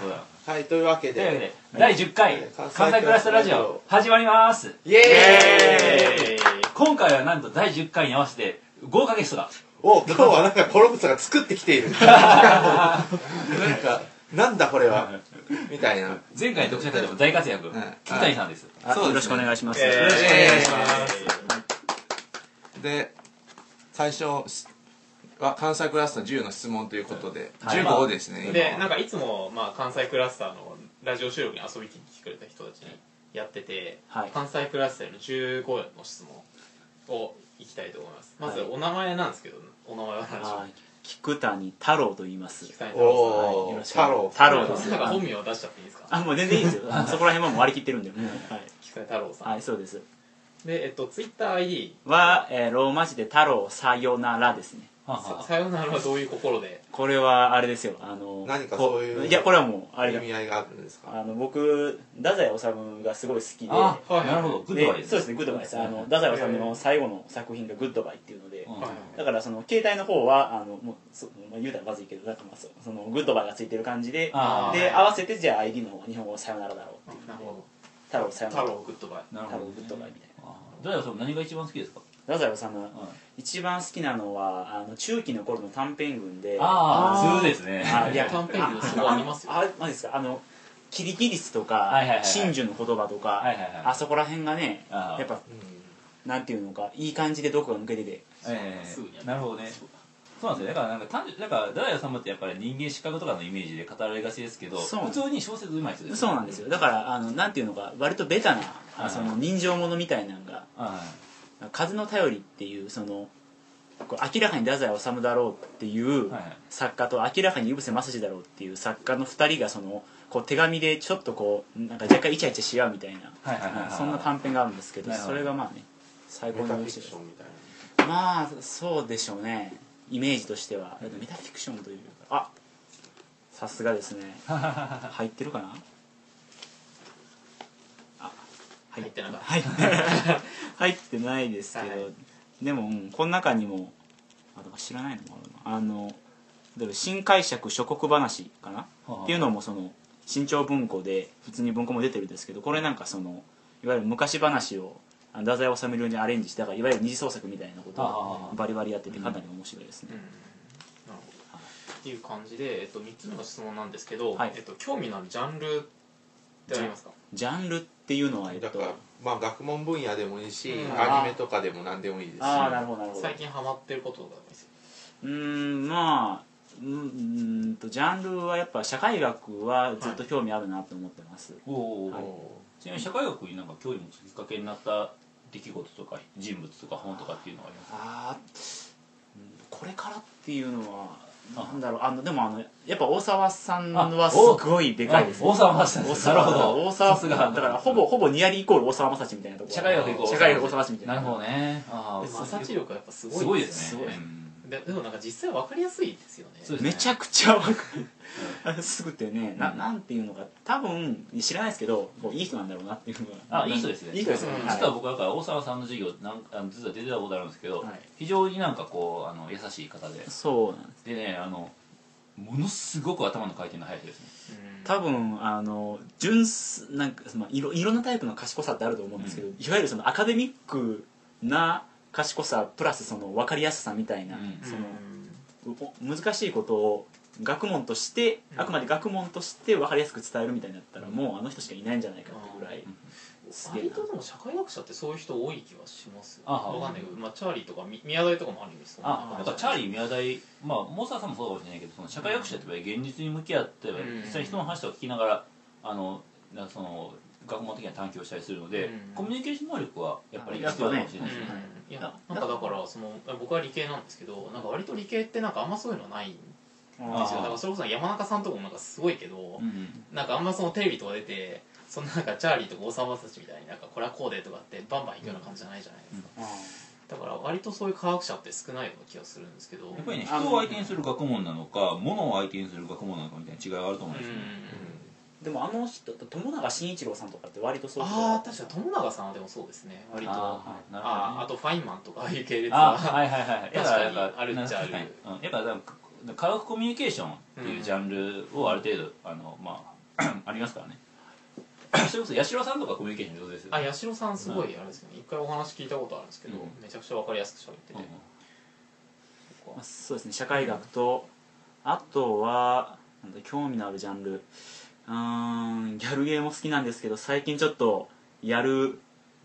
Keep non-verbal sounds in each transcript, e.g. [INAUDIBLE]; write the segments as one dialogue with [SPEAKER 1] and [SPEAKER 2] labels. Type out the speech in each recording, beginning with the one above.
[SPEAKER 1] というわけ
[SPEAKER 2] というわけ
[SPEAKER 1] で
[SPEAKER 2] で、第10回
[SPEAKER 1] 関西
[SPEAKER 2] 関西クラスタラジ
[SPEAKER 1] クラスタラジ
[SPEAKER 2] オ
[SPEAKER 1] オ
[SPEAKER 2] 始まります
[SPEAKER 1] イエーイ
[SPEAKER 2] イエーイ今回はなんと第10回に合わせて豪華ゲストが
[SPEAKER 1] お今日はなんかコロブスが作ってきてい
[SPEAKER 3] [LAUGHS]
[SPEAKER 1] るなんかなんだこれはみたいな
[SPEAKER 2] 前回の読者会でも大活躍
[SPEAKER 1] はい
[SPEAKER 2] 菊谷さんです
[SPEAKER 1] そうですね
[SPEAKER 3] よろしくお願いします。
[SPEAKER 4] えー
[SPEAKER 3] よろしくお願いします。
[SPEAKER 1] で最初は関西クラスの10の質問ということで、
[SPEAKER 2] はい
[SPEAKER 1] 15をですね、
[SPEAKER 4] で
[SPEAKER 1] 今
[SPEAKER 4] なんかいつも、まあ、関西クラスターのラジオ収録に遊びに来てくれた人たちにやってて、
[SPEAKER 3] はい
[SPEAKER 4] 関西クラスターの15の質問をいきたいと思いますまず
[SPEAKER 3] はい
[SPEAKER 4] お名前なんですけど、お名前は何でしょう
[SPEAKER 3] はい菊谷太郎と言います。
[SPEAKER 4] 菊谷太郎
[SPEAKER 1] お
[SPEAKER 3] よ
[SPEAKER 1] ー
[SPEAKER 3] ろしくお願いします
[SPEAKER 1] 太
[SPEAKER 3] 太
[SPEAKER 1] 郎
[SPEAKER 3] 郎で
[SPEAKER 4] さん
[SPEAKER 3] す。
[SPEAKER 4] なんか本名を出しちゃっていいですか
[SPEAKER 3] あ、もう全然いいですよ。あのそこら辺はもう割り切ってるんで。はい。
[SPEAKER 4] 菊谷太郎さん、
[SPEAKER 3] はい、そうです。
[SPEAKER 4] でえっとツイッター ID
[SPEAKER 3] は、えーローマ字で太郎さよならですね。
[SPEAKER 2] は
[SPEAKER 4] さ
[SPEAKER 2] は
[SPEAKER 4] さよならはどういう心で
[SPEAKER 3] これはあれですよ。あの、
[SPEAKER 1] 何か
[SPEAKER 3] こ
[SPEAKER 1] そういう
[SPEAKER 3] いや、これはもう、あれ
[SPEAKER 1] 意
[SPEAKER 3] だ。
[SPEAKER 1] 味合いがあるんですか
[SPEAKER 3] あの、僕、太宰治がすごい好きで。
[SPEAKER 2] あ
[SPEAKER 4] はい
[SPEAKER 2] なるほどグッドバイ
[SPEAKER 3] でそうですね、グッドバイです。あの、太宰治の最後の作品がグッドバイっていうので。
[SPEAKER 2] うん
[SPEAKER 4] はい
[SPEAKER 3] だからその携帯の方はあのもうそまあ、言うたらまずいけどなんかまあそそのグッドバイがついてる感じで
[SPEAKER 2] あー
[SPEAKER 3] で合わせてじゃあ ID の方が日本語はさよならだろうっていう
[SPEAKER 4] なるほ
[SPEAKER 3] 太郎さよ
[SPEAKER 4] ど
[SPEAKER 3] な
[SPEAKER 4] 太
[SPEAKER 3] ら
[SPEAKER 4] 郎グッドバイ
[SPEAKER 2] なる
[SPEAKER 3] 太
[SPEAKER 2] ほ
[SPEAKER 3] 郎
[SPEAKER 2] ど
[SPEAKER 3] グッドバイみたい
[SPEAKER 2] あーどうやらそれ何が一番好きですか
[SPEAKER 3] な太宰治の
[SPEAKER 2] あ
[SPEAKER 3] 一番好きなのはあの中期の頃の短編群であ
[SPEAKER 2] あーズーですね
[SPEAKER 3] あいや
[SPEAKER 4] 短編群そこありますよ
[SPEAKER 3] ああマジですかあのキリギリスと
[SPEAKER 2] はいはいはいは
[SPEAKER 3] か
[SPEAKER 2] い
[SPEAKER 3] 真珠の言葉とか、
[SPEAKER 2] はいはいはい
[SPEAKER 3] あそこら辺がね
[SPEAKER 2] あー
[SPEAKER 3] やっぱ
[SPEAKER 1] うん
[SPEAKER 3] なんていうのかいい感じで毒が抜けてて
[SPEAKER 2] え
[SPEAKER 4] すぐにや
[SPEAKER 2] え
[SPEAKER 4] る
[SPEAKER 2] なるほどねそうなんですよだからなんか単純だからダラヤ様ってやっぱり人間失格とかのイメージで語られがちですけど
[SPEAKER 3] そう
[SPEAKER 2] 普通に小説うまい人ですよ
[SPEAKER 3] そうなんですよだからあのなんていうのか割とベタな、
[SPEAKER 2] は
[SPEAKER 3] あ
[SPEAKER 2] い
[SPEAKER 3] その人情ものみたいなのが
[SPEAKER 2] は
[SPEAKER 3] 「風の頼り」っていうそのこう明らかに太宰治だろうっていう
[SPEAKER 2] はいはい
[SPEAKER 3] 作家と明らかに湯伏正史だろうっていう作家の2人がそのこう手紙でちょっとこうなんか若干イチャイチャし合うみたいな
[SPEAKER 2] はいはいはいはい
[SPEAKER 3] そんな短編があるんですけど
[SPEAKER 2] なるほ
[SPEAKER 3] そ
[SPEAKER 2] ど
[SPEAKER 3] れがまあね最
[SPEAKER 1] メ
[SPEAKER 3] 高
[SPEAKER 1] タフィ
[SPEAKER 3] の面
[SPEAKER 1] ク
[SPEAKER 3] 白
[SPEAKER 1] シ
[SPEAKER 3] い
[SPEAKER 1] ョンみたいな
[SPEAKER 3] まあそうでしょうねイメージとしてはだってメタフィクションというかあさすがですね入ってるかなあ入
[SPEAKER 4] 入ってなかった
[SPEAKER 3] はい [LAUGHS] 入ってないですけど、
[SPEAKER 4] はいは
[SPEAKER 3] でも、うん、この中にもあだから知らないのもあるなあの例えば新解釈諸国話かな
[SPEAKER 2] はあ
[SPEAKER 3] っていうのもその新潮文庫で普通に文庫も出てるんですけどこれなんかそのいわゆる昔話をあの太宰治流にアレンジしてだからいわゆる二次創作みたいなこと
[SPEAKER 2] はあ
[SPEAKER 3] をバリバリやっててかなり面白いです
[SPEAKER 4] う
[SPEAKER 3] ね
[SPEAKER 4] ん、なるほどっていう感じで、えっと、3つ目の質問なんですけど、
[SPEAKER 3] はい
[SPEAKER 4] えっと、興味のあるジャンルってありますか
[SPEAKER 3] ジャンルっていうのはえっ
[SPEAKER 1] だ
[SPEAKER 3] と
[SPEAKER 1] からまあ学問分野でもいいし、
[SPEAKER 4] うん
[SPEAKER 1] アニメとかでも何でもいいですし
[SPEAKER 3] ああなるほどなるほど
[SPEAKER 4] 最近ハマってることとかですよ
[SPEAKER 3] うーんまあうんうーんとジャンルはやっぱ社会学はずっと興味あるなと思ってます、
[SPEAKER 2] おお、
[SPEAKER 3] はい
[SPEAKER 1] も
[SPEAKER 2] ちなみに社会学になんか興味持つきっかけになった出来事とか人物とか本とかっていうのはありますか
[SPEAKER 3] あーうんこれからっていうのは
[SPEAKER 2] あ
[SPEAKER 3] なんだろうあのでもあのやっぱ大沢さん
[SPEAKER 2] あ
[SPEAKER 3] はすごいでかいですね
[SPEAKER 2] あ大沢正史ですなるほど
[SPEAKER 3] 大沢
[SPEAKER 2] さす
[SPEAKER 3] さん
[SPEAKER 2] が
[SPEAKER 3] だからほぼほぼニアリーイコール大沢正史みたいなところ
[SPEAKER 2] 社会学イコール
[SPEAKER 3] 社会学大沢正史みたいな
[SPEAKER 2] なるほどねあ
[SPEAKER 4] で
[SPEAKER 2] あ
[SPEAKER 4] 摩擦力がやっぱす
[SPEAKER 2] すご
[SPEAKER 4] ご
[SPEAKER 2] い
[SPEAKER 4] い
[SPEAKER 2] ですね
[SPEAKER 3] すごい
[SPEAKER 2] うん
[SPEAKER 4] ででもなんか実際わかりやすいですよね
[SPEAKER 2] そうですね
[SPEAKER 3] めちゃくちゃわかる [LAUGHS] すぐってねななんていうのか多分知らないですけどこういい人なんだろうなっていうのが
[SPEAKER 2] あいい人ですね
[SPEAKER 3] いい人ですね、
[SPEAKER 4] うん
[SPEAKER 3] はい
[SPEAKER 2] 実は僕だから大沢さんの授業なんあの実は出てたことあるんですけど、
[SPEAKER 3] はい
[SPEAKER 2] 非常になんかこうあの優しい方で
[SPEAKER 3] そうなんです
[SPEAKER 2] でねあのものすごく頭の回転の速い人ですね
[SPEAKER 4] うん
[SPEAKER 3] 多分あの純粋なんか、まあ、いろいろんなタイプの賢さってあると思うんですけど、いわゆるそのアカデミックな賢さプラスその分かりやすさみたいな、
[SPEAKER 2] うん
[SPEAKER 3] その
[SPEAKER 4] うん
[SPEAKER 3] お難しいことを学問として、
[SPEAKER 4] うん
[SPEAKER 3] あくまで学問として分かりやすく伝えるみたいになったら、もうあの人しかいないんじゃないかってぐらい、すげえな
[SPEAKER 4] 割とでも社会学者ってそういう人多い気はしますよ、
[SPEAKER 2] あは
[SPEAKER 4] わかんないけど、まあ、チャーリーとかみ宮台とかもアニメそう
[SPEAKER 2] あ
[SPEAKER 4] な
[SPEAKER 2] なん
[SPEAKER 4] 感
[SPEAKER 2] か
[SPEAKER 4] じ
[SPEAKER 2] チャーリー宮台まあモーサーさんもそうかもしれないけどその社会学者ってやっぱり現実に向き合って
[SPEAKER 4] ん
[SPEAKER 2] 実際人の話とか聞きながらあのなその学問的な探求をしたりするので、
[SPEAKER 4] うん
[SPEAKER 2] コミュニケーション能力はやっぱり
[SPEAKER 3] あ
[SPEAKER 2] 必要かもしれないですね
[SPEAKER 3] やっぱね
[SPEAKER 4] うんいやなんかだからその僕は理系なんですけどなんか割と理系ってなんかあんまそういうのないんですよ
[SPEAKER 2] あー
[SPEAKER 4] だからそれこそ山中さんとかもなんかすごいけど、
[SPEAKER 2] うん
[SPEAKER 4] なんかあんまそのテレビとか出てそんななんかチャーリーとか王様たちみたいになんかこれはこうでとかってバンバンいくような感じじゃないじゃないですか、
[SPEAKER 3] あー
[SPEAKER 4] だから割とそういう科学者って少ないような気がするんですけど
[SPEAKER 2] やっぱりね人を相手にする学問なのか物を相手にする学問なのかみたいな違いがあると思うんですよね、
[SPEAKER 3] でもあの人友永慎一郎さんとかって割とそういう人
[SPEAKER 4] ああー確か友永さんはでもそうですね割と
[SPEAKER 2] あー
[SPEAKER 4] あ,、
[SPEAKER 2] なるほどね
[SPEAKER 4] ああとファインマンとかああいう系列
[SPEAKER 2] あ
[SPEAKER 4] は
[SPEAKER 2] はいはいはい
[SPEAKER 4] 確かにあるっちゃある
[SPEAKER 2] 確かにうんやっぱなんか科学コミュニケーションっていうジャンルをある程度、あのまああ [CLEARS THROAT] りますからねそれこそ八代さんとかコミュニケーション上手ですよ
[SPEAKER 4] あ
[SPEAKER 2] ね
[SPEAKER 4] 八代さんすごいあれですよね一回お話聞いたことあるんですけど、
[SPEAKER 2] うん
[SPEAKER 4] めちゃくちゃ分かりやすく喋ってて、
[SPEAKER 3] まあそうですね社会学とあとはなんだ興味のあるジャンルうーんギャルゲーも好きなんですけど最近ちょっとやる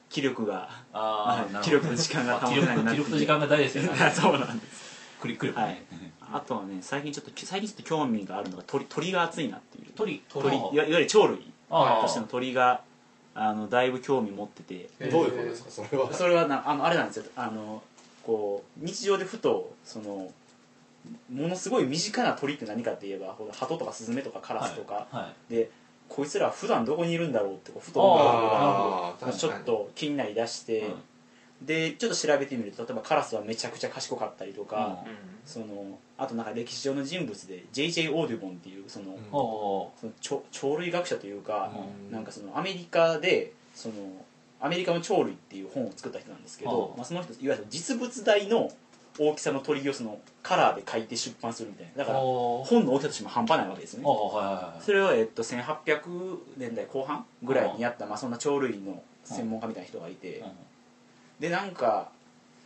[SPEAKER 3] 気力が [LAUGHS]
[SPEAKER 2] あ
[SPEAKER 3] はい
[SPEAKER 2] あ
[SPEAKER 3] 気力と時間が保
[SPEAKER 2] 気
[SPEAKER 3] てなく
[SPEAKER 2] 力
[SPEAKER 3] なっ
[SPEAKER 2] 気
[SPEAKER 3] て
[SPEAKER 2] 力と時間が大事ですよね
[SPEAKER 3] [LAUGHS] そうなんです
[SPEAKER 2] クリック力
[SPEAKER 3] はい
[SPEAKER 2] ね
[SPEAKER 3] あとはね最近ちょっと最近ちょっと興味があるのが鳥鳥が熱いなっていう
[SPEAKER 2] 鳥
[SPEAKER 4] 鳥
[SPEAKER 3] いわいわゆる鳥類
[SPEAKER 2] あ
[SPEAKER 3] としての鳥があのだいぶ興味持ってて
[SPEAKER 4] へー
[SPEAKER 1] どういうことですかそれは
[SPEAKER 3] それはなあのあれなんですよあのこう日常でふとそのものすごい身近な鳥って何かって言えばほら鳩とかスズメとかカラスとか、
[SPEAKER 2] はいはい
[SPEAKER 3] でこいつら普段どこにいるんだろうってこうふと思う
[SPEAKER 1] ああ
[SPEAKER 3] まあちょっと気になりだして、
[SPEAKER 2] うん
[SPEAKER 3] でちょっと調べてみると例えばカラスはめちゃくちゃ賢かったりとか、
[SPEAKER 2] うん
[SPEAKER 4] う
[SPEAKER 3] そのあとなんか歴史上の人物で J.J. オーデュボンっていうその、
[SPEAKER 2] おお
[SPEAKER 3] その鳥鳥類学者というか、
[SPEAKER 1] うん
[SPEAKER 3] なんかそのアメリカでそのアメリカの鳥類っていう本を作った人なんですけど
[SPEAKER 2] ああ
[SPEAKER 3] まあ、その人いわゆる実物大の大きさの鳥をそのカラーで書いて出版するみたいなだ
[SPEAKER 2] お
[SPEAKER 3] から
[SPEAKER 2] お
[SPEAKER 3] 本の大きさとしても半端ないわけですよね
[SPEAKER 2] おはいはいはい
[SPEAKER 3] それを、えっと、1800年代後半ぐらいにやった、まあ、そんな鳥類の専門家みたいな人がいて、でなんか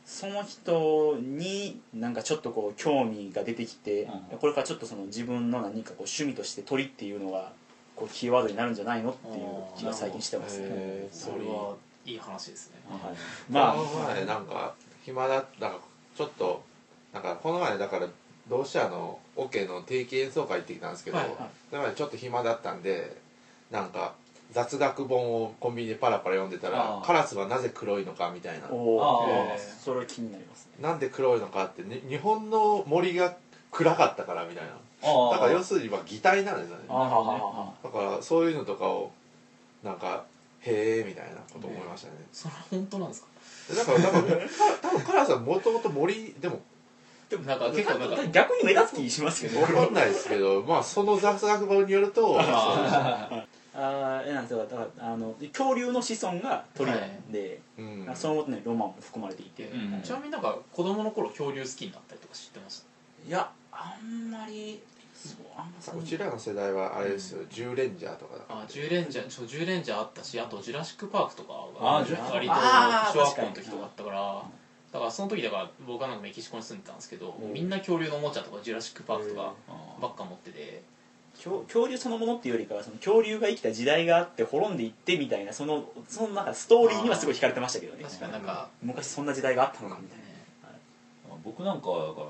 [SPEAKER 3] その人になんかちょっとこう興味が出てきて、
[SPEAKER 2] うん
[SPEAKER 3] これからちょっとその自分の何かこう趣味として鳥っていうのがこうキーワードになるんじゃないのっていう気が最近してますね、
[SPEAKER 1] え
[SPEAKER 4] それはいい話ですね
[SPEAKER 2] ー
[SPEAKER 3] はい
[SPEAKER 1] まあ
[SPEAKER 3] ま
[SPEAKER 1] この前なんか暇だったからちょっとなんかこの前だから同志社のオケの定期演奏会行ってきたんですけど、
[SPEAKER 4] はいはい
[SPEAKER 1] それまでちょっと暇だったんでなんか雑学本をコンビニでパラパラ読んでたら
[SPEAKER 2] あー
[SPEAKER 1] カラスはなぜ黒いのかみたいな
[SPEAKER 3] あおお
[SPEAKER 4] あー
[SPEAKER 3] それは気になりますね
[SPEAKER 1] なんで黒いのかってに日本の森が暗かったからみたいな
[SPEAKER 2] ああ
[SPEAKER 1] だから要するにまあ擬態なんですよね
[SPEAKER 3] あーはははは
[SPEAKER 1] だからそういうのとかをなんかへえみたいなこと思いましたね
[SPEAKER 4] それは本当なんですか
[SPEAKER 1] でだから多分多分カラスはもともと森でも
[SPEAKER 4] でもなんか結構なんか
[SPEAKER 3] 逆に目立つ気しますけど
[SPEAKER 1] わかんないですけど、まあその雑学本によると、
[SPEAKER 3] あーえなんですよだからあの恐竜の子孫が鳥なんで、
[SPEAKER 1] うん、
[SPEAKER 3] そのことにロマンも含まれていて、
[SPEAKER 2] うん
[SPEAKER 4] ちなみになんか子供の頃恐竜好きになったりとか知ってました
[SPEAKER 3] いやあんまりそうあんま
[SPEAKER 1] さうちらの世代はあれですよ、10レンジャーとかだから
[SPEAKER 4] あジュレンジャーそうジュレンジャーあったしあとジュラシック・パークとか
[SPEAKER 2] あ
[SPEAKER 4] が
[SPEAKER 2] ジュラシック
[SPEAKER 4] 割と
[SPEAKER 3] あー
[SPEAKER 4] 小学校の時とかあったからだからその時だから僕はなんかメキシコに住んでたんですけど
[SPEAKER 1] うん
[SPEAKER 4] みんな恐竜のおもちゃとかジュラシック・パークとか
[SPEAKER 2] あ
[SPEAKER 4] ばっか持ってて
[SPEAKER 3] 恐恐竜そのものっていうよりかはその恐竜が生きた時代があって滅んでいってみたいなそのそのなんかストーリーにはすごい惹かれてましたけどね
[SPEAKER 4] 確かになんか
[SPEAKER 3] 昔そんな時代があったのかみたい
[SPEAKER 4] ね
[SPEAKER 3] な
[SPEAKER 2] 僕なんかはだから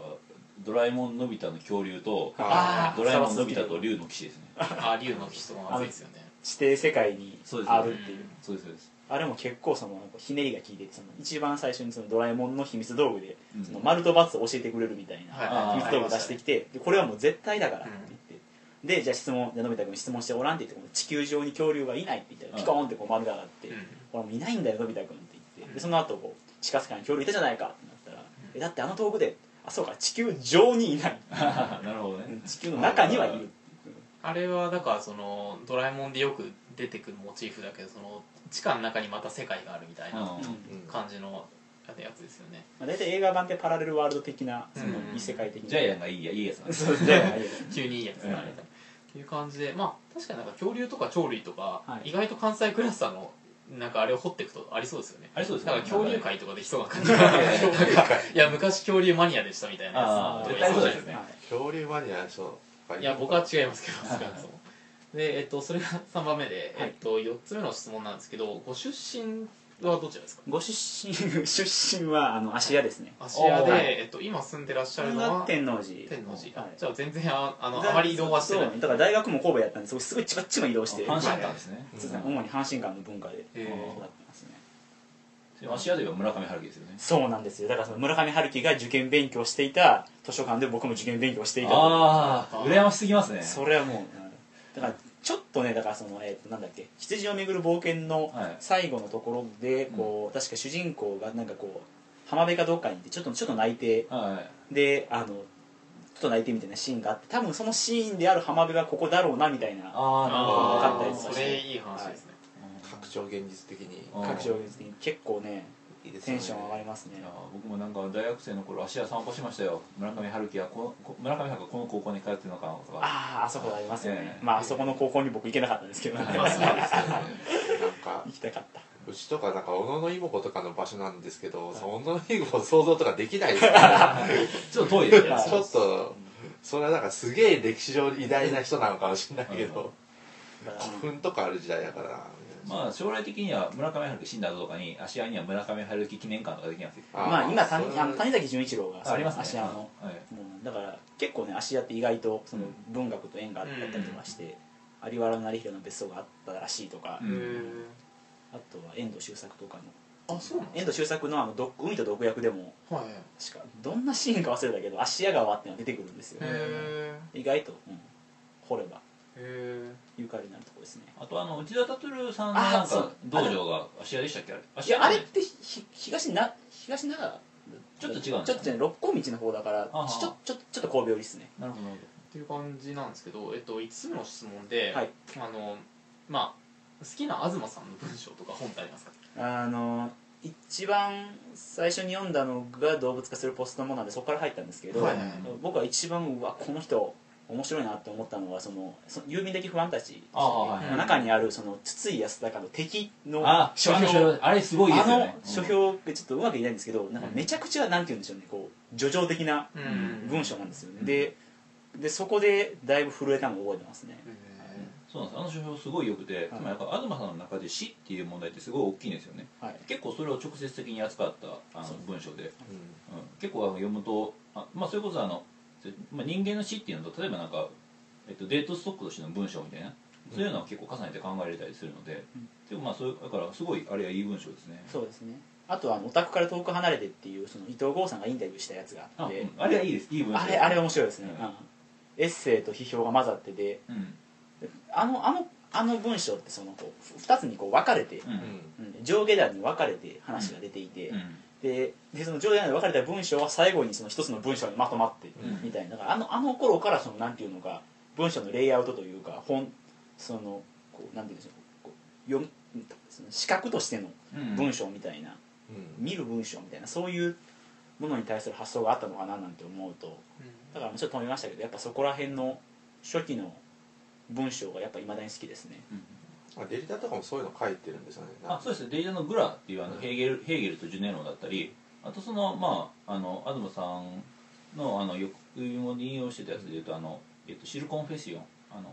[SPEAKER 2] ドラえもんのび太の恐竜と
[SPEAKER 4] あー
[SPEAKER 2] ドラえもんのび太と竜の騎士ですね
[SPEAKER 4] あ竜の騎士とか熱いですよね
[SPEAKER 3] 指定世界に
[SPEAKER 2] そうです
[SPEAKER 3] あるっていう
[SPEAKER 4] うん
[SPEAKER 2] そうですそうです
[SPEAKER 3] あれも結構そのなんかひねりが効いててその一番最初にそのドラえもんの秘密道具で
[SPEAKER 2] うん
[SPEAKER 3] その丸と×を教えてくれるみたいな
[SPEAKER 4] はい
[SPEAKER 2] あー
[SPEAKER 3] 秘密道具出してきてでこれはもう絶対だからって言って。でじゃあ質問じゃあのび太君質問しておらんって言ってこの地球上に恐竜がいないって言ったらピコーンってこう丸が上がって、
[SPEAKER 4] うん
[SPEAKER 3] 俺もういないんだよのび太くんって言ってでその後こう地下世界に恐竜いたじゃないかってなったら、えだってあの遠くであそうか地球上にいない
[SPEAKER 2] [LAUGHS] なるほどね
[SPEAKER 3] 地球の中にはいる
[SPEAKER 4] あれはだからそのドラえもんでよく出てくるモチーフだけどその地下の中にまた世界があるみたいな
[SPEAKER 2] うん
[SPEAKER 1] うん
[SPEAKER 4] 感じのやつですよね
[SPEAKER 3] まあ、大体映画版でパラレルワールド的なその
[SPEAKER 4] うん
[SPEAKER 3] 異世界的な
[SPEAKER 2] ジャイアンがいいやいいやつなんです
[SPEAKER 3] そうジャイアンがいる
[SPEAKER 4] 急にいいやつになれたっていう感じでまあ確かになんか恐竜とか鳥類とか、
[SPEAKER 3] はい
[SPEAKER 4] 意外と関西クラスターのなんかあれを掘っていくとありそうですよね
[SPEAKER 2] [LAUGHS] ありそうです
[SPEAKER 4] な
[SPEAKER 2] ね
[SPEAKER 4] んか恐竜界とかで人が感じるいや昔恐竜マニアでしたみたいな
[SPEAKER 2] あ
[SPEAKER 4] や
[SPEAKER 2] ー
[SPEAKER 4] つ
[SPEAKER 2] 絶対そうだよ
[SPEAKER 3] は
[SPEAKER 2] ね
[SPEAKER 3] い
[SPEAKER 1] 恐竜マニアの人がるのか
[SPEAKER 4] いや僕は違いますけど
[SPEAKER 2] はい
[SPEAKER 4] 少なくともでえっとそれが3番目で、
[SPEAKER 3] はい
[SPEAKER 4] えっと4つ目の質問なんですけどご出身はどちらですか
[SPEAKER 3] ご出身出身はあの芦屋ですね
[SPEAKER 4] 芦屋
[SPEAKER 2] お
[SPEAKER 4] で、
[SPEAKER 2] ー
[SPEAKER 4] えっと、今住んでらっしゃるの
[SPEAKER 3] が
[SPEAKER 4] は天
[SPEAKER 3] 天王寺
[SPEAKER 4] 王寺、
[SPEAKER 3] はい
[SPEAKER 4] あじゃあ全然ああのあまり移動はしてない
[SPEAKER 3] そうだから大学も神戸やったんですごいすごいちばっちば移動して
[SPEAKER 2] 阪神館ですね
[SPEAKER 3] そうですね主に阪神間の文化で育って
[SPEAKER 4] へー
[SPEAKER 3] ますね
[SPEAKER 2] 芦屋では村上春樹ですよね
[SPEAKER 3] そうなんですよだからその村上春樹が受験勉強していた図書館で僕も受験勉強していた
[SPEAKER 2] ああ羨ましすぎますね
[SPEAKER 3] それはもううんだからちょっとねだからその、えー、となんだっけ羊をめぐる冒険の
[SPEAKER 2] はい
[SPEAKER 3] 最後のところで、こう確か主人公がなんかこう浜辺かどっかにいてちょっとちょっと泣いて
[SPEAKER 2] はい
[SPEAKER 3] であのちょっと泣いてみたいなシーンがあって多分そのシーンである浜辺がここだろうなみたいな
[SPEAKER 2] ああ
[SPEAKER 4] あ
[SPEAKER 2] な
[SPEAKER 4] ー
[SPEAKER 2] るほ
[SPEAKER 3] 分かったやつ
[SPEAKER 4] それいい話ですね、
[SPEAKER 1] 拡張現実的に
[SPEAKER 2] ど
[SPEAKER 3] 各所に結構ね
[SPEAKER 1] いいです
[SPEAKER 3] テ
[SPEAKER 1] よ
[SPEAKER 3] ン
[SPEAKER 1] ね
[SPEAKER 3] ション上がります
[SPEAKER 2] い
[SPEAKER 3] ね
[SPEAKER 2] や僕もなんか大学生の頃芦屋散歩しましたよ村上春樹はこのこ村上さんがこの高校に通ってるのかなとか
[SPEAKER 3] あああそこがありますよね
[SPEAKER 2] え、え
[SPEAKER 3] まああそこの高校に僕行けなかったんですけど、ね、
[SPEAKER 4] まあそうですよ
[SPEAKER 1] な
[SPEAKER 4] ね
[SPEAKER 1] んか
[SPEAKER 3] 行きたかった
[SPEAKER 1] うちとかなんか小野の妹子とかの場所なんですけど、その小野の妹子を想像とかできないですから、
[SPEAKER 2] ちょっと遠いですね
[SPEAKER 3] まあ
[SPEAKER 1] ちょっとそれはなんかすげえ歴史上偉大な人なのかもしれないけど、古墳とかある時代だからな
[SPEAKER 2] まあ将来的には村上春樹死んだ後とかに芦屋には村上春樹記念館とかできなくて
[SPEAKER 1] ー
[SPEAKER 3] まあ今
[SPEAKER 1] それ
[SPEAKER 3] 谷あの谷崎潤一郎が
[SPEAKER 2] ありますね
[SPEAKER 3] 芦屋の、
[SPEAKER 2] はい
[SPEAKER 3] うんだから結構ね芦屋って意外とその
[SPEAKER 2] うん
[SPEAKER 3] 文学と縁があったりとかして、有原成弘の別荘があったらしいとか、
[SPEAKER 2] う
[SPEAKER 4] へ
[SPEAKER 2] ん
[SPEAKER 4] え
[SPEAKER 3] あとは遠藤周作とかの
[SPEAKER 4] あそうなんで
[SPEAKER 3] 遠
[SPEAKER 4] す
[SPEAKER 3] 藤周作のあの毒海と毒薬でも
[SPEAKER 4] かはいへ
[SPEAKER 3] 確かどんなシーンか忘れたけど芦屋川っていうのが出てくるんですよ、
[SPEAKER 4] え
[SPEAKER 3] 意外と、うん掘れば
[SPEAKER 4] へえ
[SPEAKER 3] ゆかりになるところですね
[SPEAKER 2] あとあの内田達さんのなん
[SPEAKER 3] あそう
[SPEAKER 2] か道場が芦屋でしたっけあれ
[SPEAKER 3] い
[SPEAKER 2] 芦屋
[SPEAKER 3] やあれってひひ東な東長良
[SPEAKER 2] ちょっと違うんですか
[SPEAKER 3] ちょっとね六甲道の方だから
[SPEAKER 2] あは
[SPEAKER 3] ちょちょっとちょっと神戸寄りですね
[SPEAKER 2] なるほどなる
[SPEAKER 4] っていう感じなんですけど、えっと、5つ目の質問で、
[SPEAKER 3] はい
[SPEAKER 4] あのまあ好きな東さんの文章とか本ってありますか
[SPEAKER 3] あの一番最初に読んだのが動物化するポストモなんでそこから入ったんですけど、
[SPEAKER 4] はい
[SPEAKER 3] 僕は一番うわこの人面白いなって思ったのはそのその郵便的不安たち
[SPEAKER 2] ああはい
[SPEAKER 3] の中にあるその筒井康隆の敵
[SPEAKER 2] ほ
[SPEAKER 3] の
[SPEAKER 2] どあ
[SPEAKER 3] 書
[SPEAKER 2] 書
[SPEAKER 3] 評
[SPEAKER 2] 評あれすごいで
[SPEAKER 3] あ
[SPEAKER 2] すよね
[SPEAKER 3] の書評ってちょっとうまく言えないんですけどなんかめちゃくちゃなんて言うんでしょうねこう叙情的な
[SPEAKER 2] うん
[SPEAKER 3] 文章なんですよね、
[SPEAKER 2] うん
[SPEAKER 3] ででそこでだいぶ震えたのを覚えてますね
[SPEAKER 4] へ
[SPEAKER 2] そうなんですあの書評すごい良くてつまりなんか東さんの中で死っていう問題ってすごい大きいんですよね
[SPEAKER 3] はい
[SPEAKER 2] 結構それを直接的に扱ったあの文章で
[SPEAKER 1] うん
[SPEAKER 2] うん結構あの読むとあ、まあ、それこそあの、せまあ、人間の死っていうのと例えばなんか、えっと、デートストックとしての文章みたいなそういうのは結構重ねて考えれたりするので、
[SPEAKER 3] うん
[SPEAKER 2] でもまあそういうだからすごいあれはいい文章ですね
[SPEAKER 3] そうですねあとはあの「お宅から遠く離れて」っていうその伊藤剛さんがインタビューしたやつがあ
[SPEAKER 2] あ,、
[SPEAKER 3] っ
[SPEAKER 2] う
[SPEAKER 3] て
[SPEAKER 2] ん、あれはいいですいい文章
[SPEAKER 3] あれあれ面白いですね、
[SPEAKER 2] うん
[SPEAKER 3] うんエッセイと批評が混ざってて
[SPEAKER 2] うんうん
[SPEAKER 3] あのあのあの文章ってそのこう2つにこう分かれて、
[SPEAKER 2] う
[SPEAKER 1] うんん
[SPEAKER 3] うん上下段に分かれて話が出ていて、
[SPEAKER 2] うん
[SPEAKER 3] ででその上下段に分かれた文章は最後にその1つの文章にまとまって、
[SPEAKER 2] うん
[SPEAKER 3] みたいなだからあのあの頃からそのなんていうのか文章のレイアウトというか本そのこうなんていうんでしょうこう読みその視覚としての
[SPEAKER 2] うん
[SPEAKER 3] 文章みたいな、
[SPEAKER 1] うん
[SPEAKER 3] 見る文章みたいなそういうものに対する発想があったのかななんて思うとだからちょっと止めましたけどやっぱそこら辺の初期の文章がやっぱいまだに好きですね
[SPEAKER 2] うん
[SPEAKER 1] まあデリタとかもそういうの書いてるんですよねなん
[SPEAKER 2] あ
[SPEAKER 1] か
[SPEAKER 2] そうですデイダのグラっていうあのヘーゲルヘーゲルとジュネロンだったりあとそのまああの東さんのあのよく引用してたやつでいうとあの、えっと、シルコンフェッションあの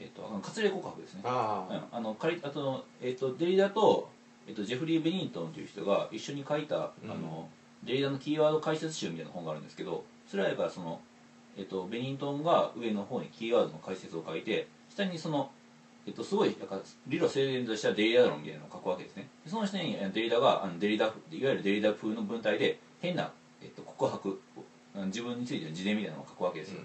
[SPEAKER 2] えっとあの割礼告白ですね
[SPEAKER 1] あ
[SPEAKER 2] う
[SPEAKER 1] あ
[SPEAKER 2] んあの仮あと,、えっとデリダと,、えっとジェフリー・ベニントンという人が一緒に書いた、
[SPEAKER 1] うん
[SPEAKER 2] あのデリダのキーワード解説集みたいな本があるんですけどそれはやっぱその、えっとベニントンが上の方にキーワードの解説を書いて下にその、えっとすごいなんか理路整然としたデリダ論みたいなのを書くわけですねでその下にえデリダがあのデリダいわゆるデリダ風の文体で変な、えっと告白をあの自分についての自伝みたいなのを書くわけですよ、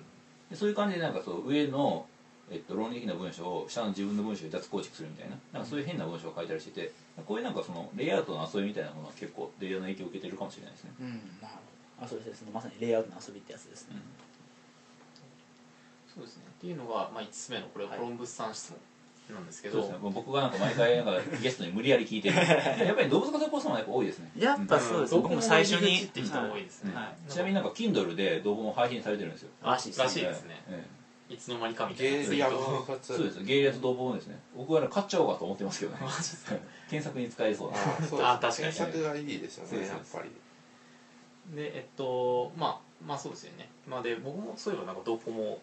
[SPEAKER 2] でそういう感じでなんかそう上の、えっと、論理的な文章を下の自分の文章で脱構築するみたいななんかそういう変な文章を書いたりしててこういうなんかそのレイアウトの遊びみたいなものは結構データの影響を受けてるかもしれないですね、
[SPEAKER 3] うんなるほどあそうですねまさにレイアウトの遊びってやつですね、
[SPEAKER 4] そうですねっていうのが、まあ、5つ目のこれはコロンブスさん質問なんですけ
[SPEAKER 2] そう
[SPEAKER 4] ど、
[SPEAKER 2] ですねもう僕がなんか毎回なんかゲストに無理やり聞いてるでも [LAUGHS] やっぱり動物化成ポストもやっぱ多いですね
[SPEAKER 3] やっぱそうですね、
[SPEAKER 4] どこ
[SPEAKER 3] 僕
[SPEAKER 4] も
[SPEAKER 3] も最初
[SPEAKER 4] 入り口
[SPEAKER 3] に
[SPEAKER 4] って人多いですね、
[SPEAKER 2] [LAUGHS] うん
[SPEAKER 3] はい
[SPEAKER 2] ちなみになんか Kindle で動画も配信されてるんですよ
[SPEAKER 3] らしいですね
[SPEAKER 4] らしいですね
[SPEAKER 2] ええ
[SPEAKER 4] いつの間にかみたい
[SPEAKER 1] ゲ
[SPEAKER 4] な
[SPEAKER 1] ーリア
[SPEAKER 4] マ [LAUGHS]
[SPEAKER 1] 分割
[SPEAKER 2] そうです芸術動画もですね僕はね買っちゃおうかと思ってますけどね [LAUGHS]
[SPEAKER 4] ジですか
[SPEAKER 2] 検索に使えそうな
[SPEAKER 1] ああそう
[SPEAKER 4] あ
[SPEAKER 1] で
[SPEAKER 4] 確
[SPEAKER 1] す
[SPEAKER 4] かに
[SPEAKER 1] 検索がいいですよ
[SPEAKER 2] そうで
[SPEAKER 1] ね
[SPEAKER 2] す
[SPEAKER 1] やっぱり
[SPEAKER 4] でえっとまあまあそうですよね、まあ、で僕もそういえばなんかドコモ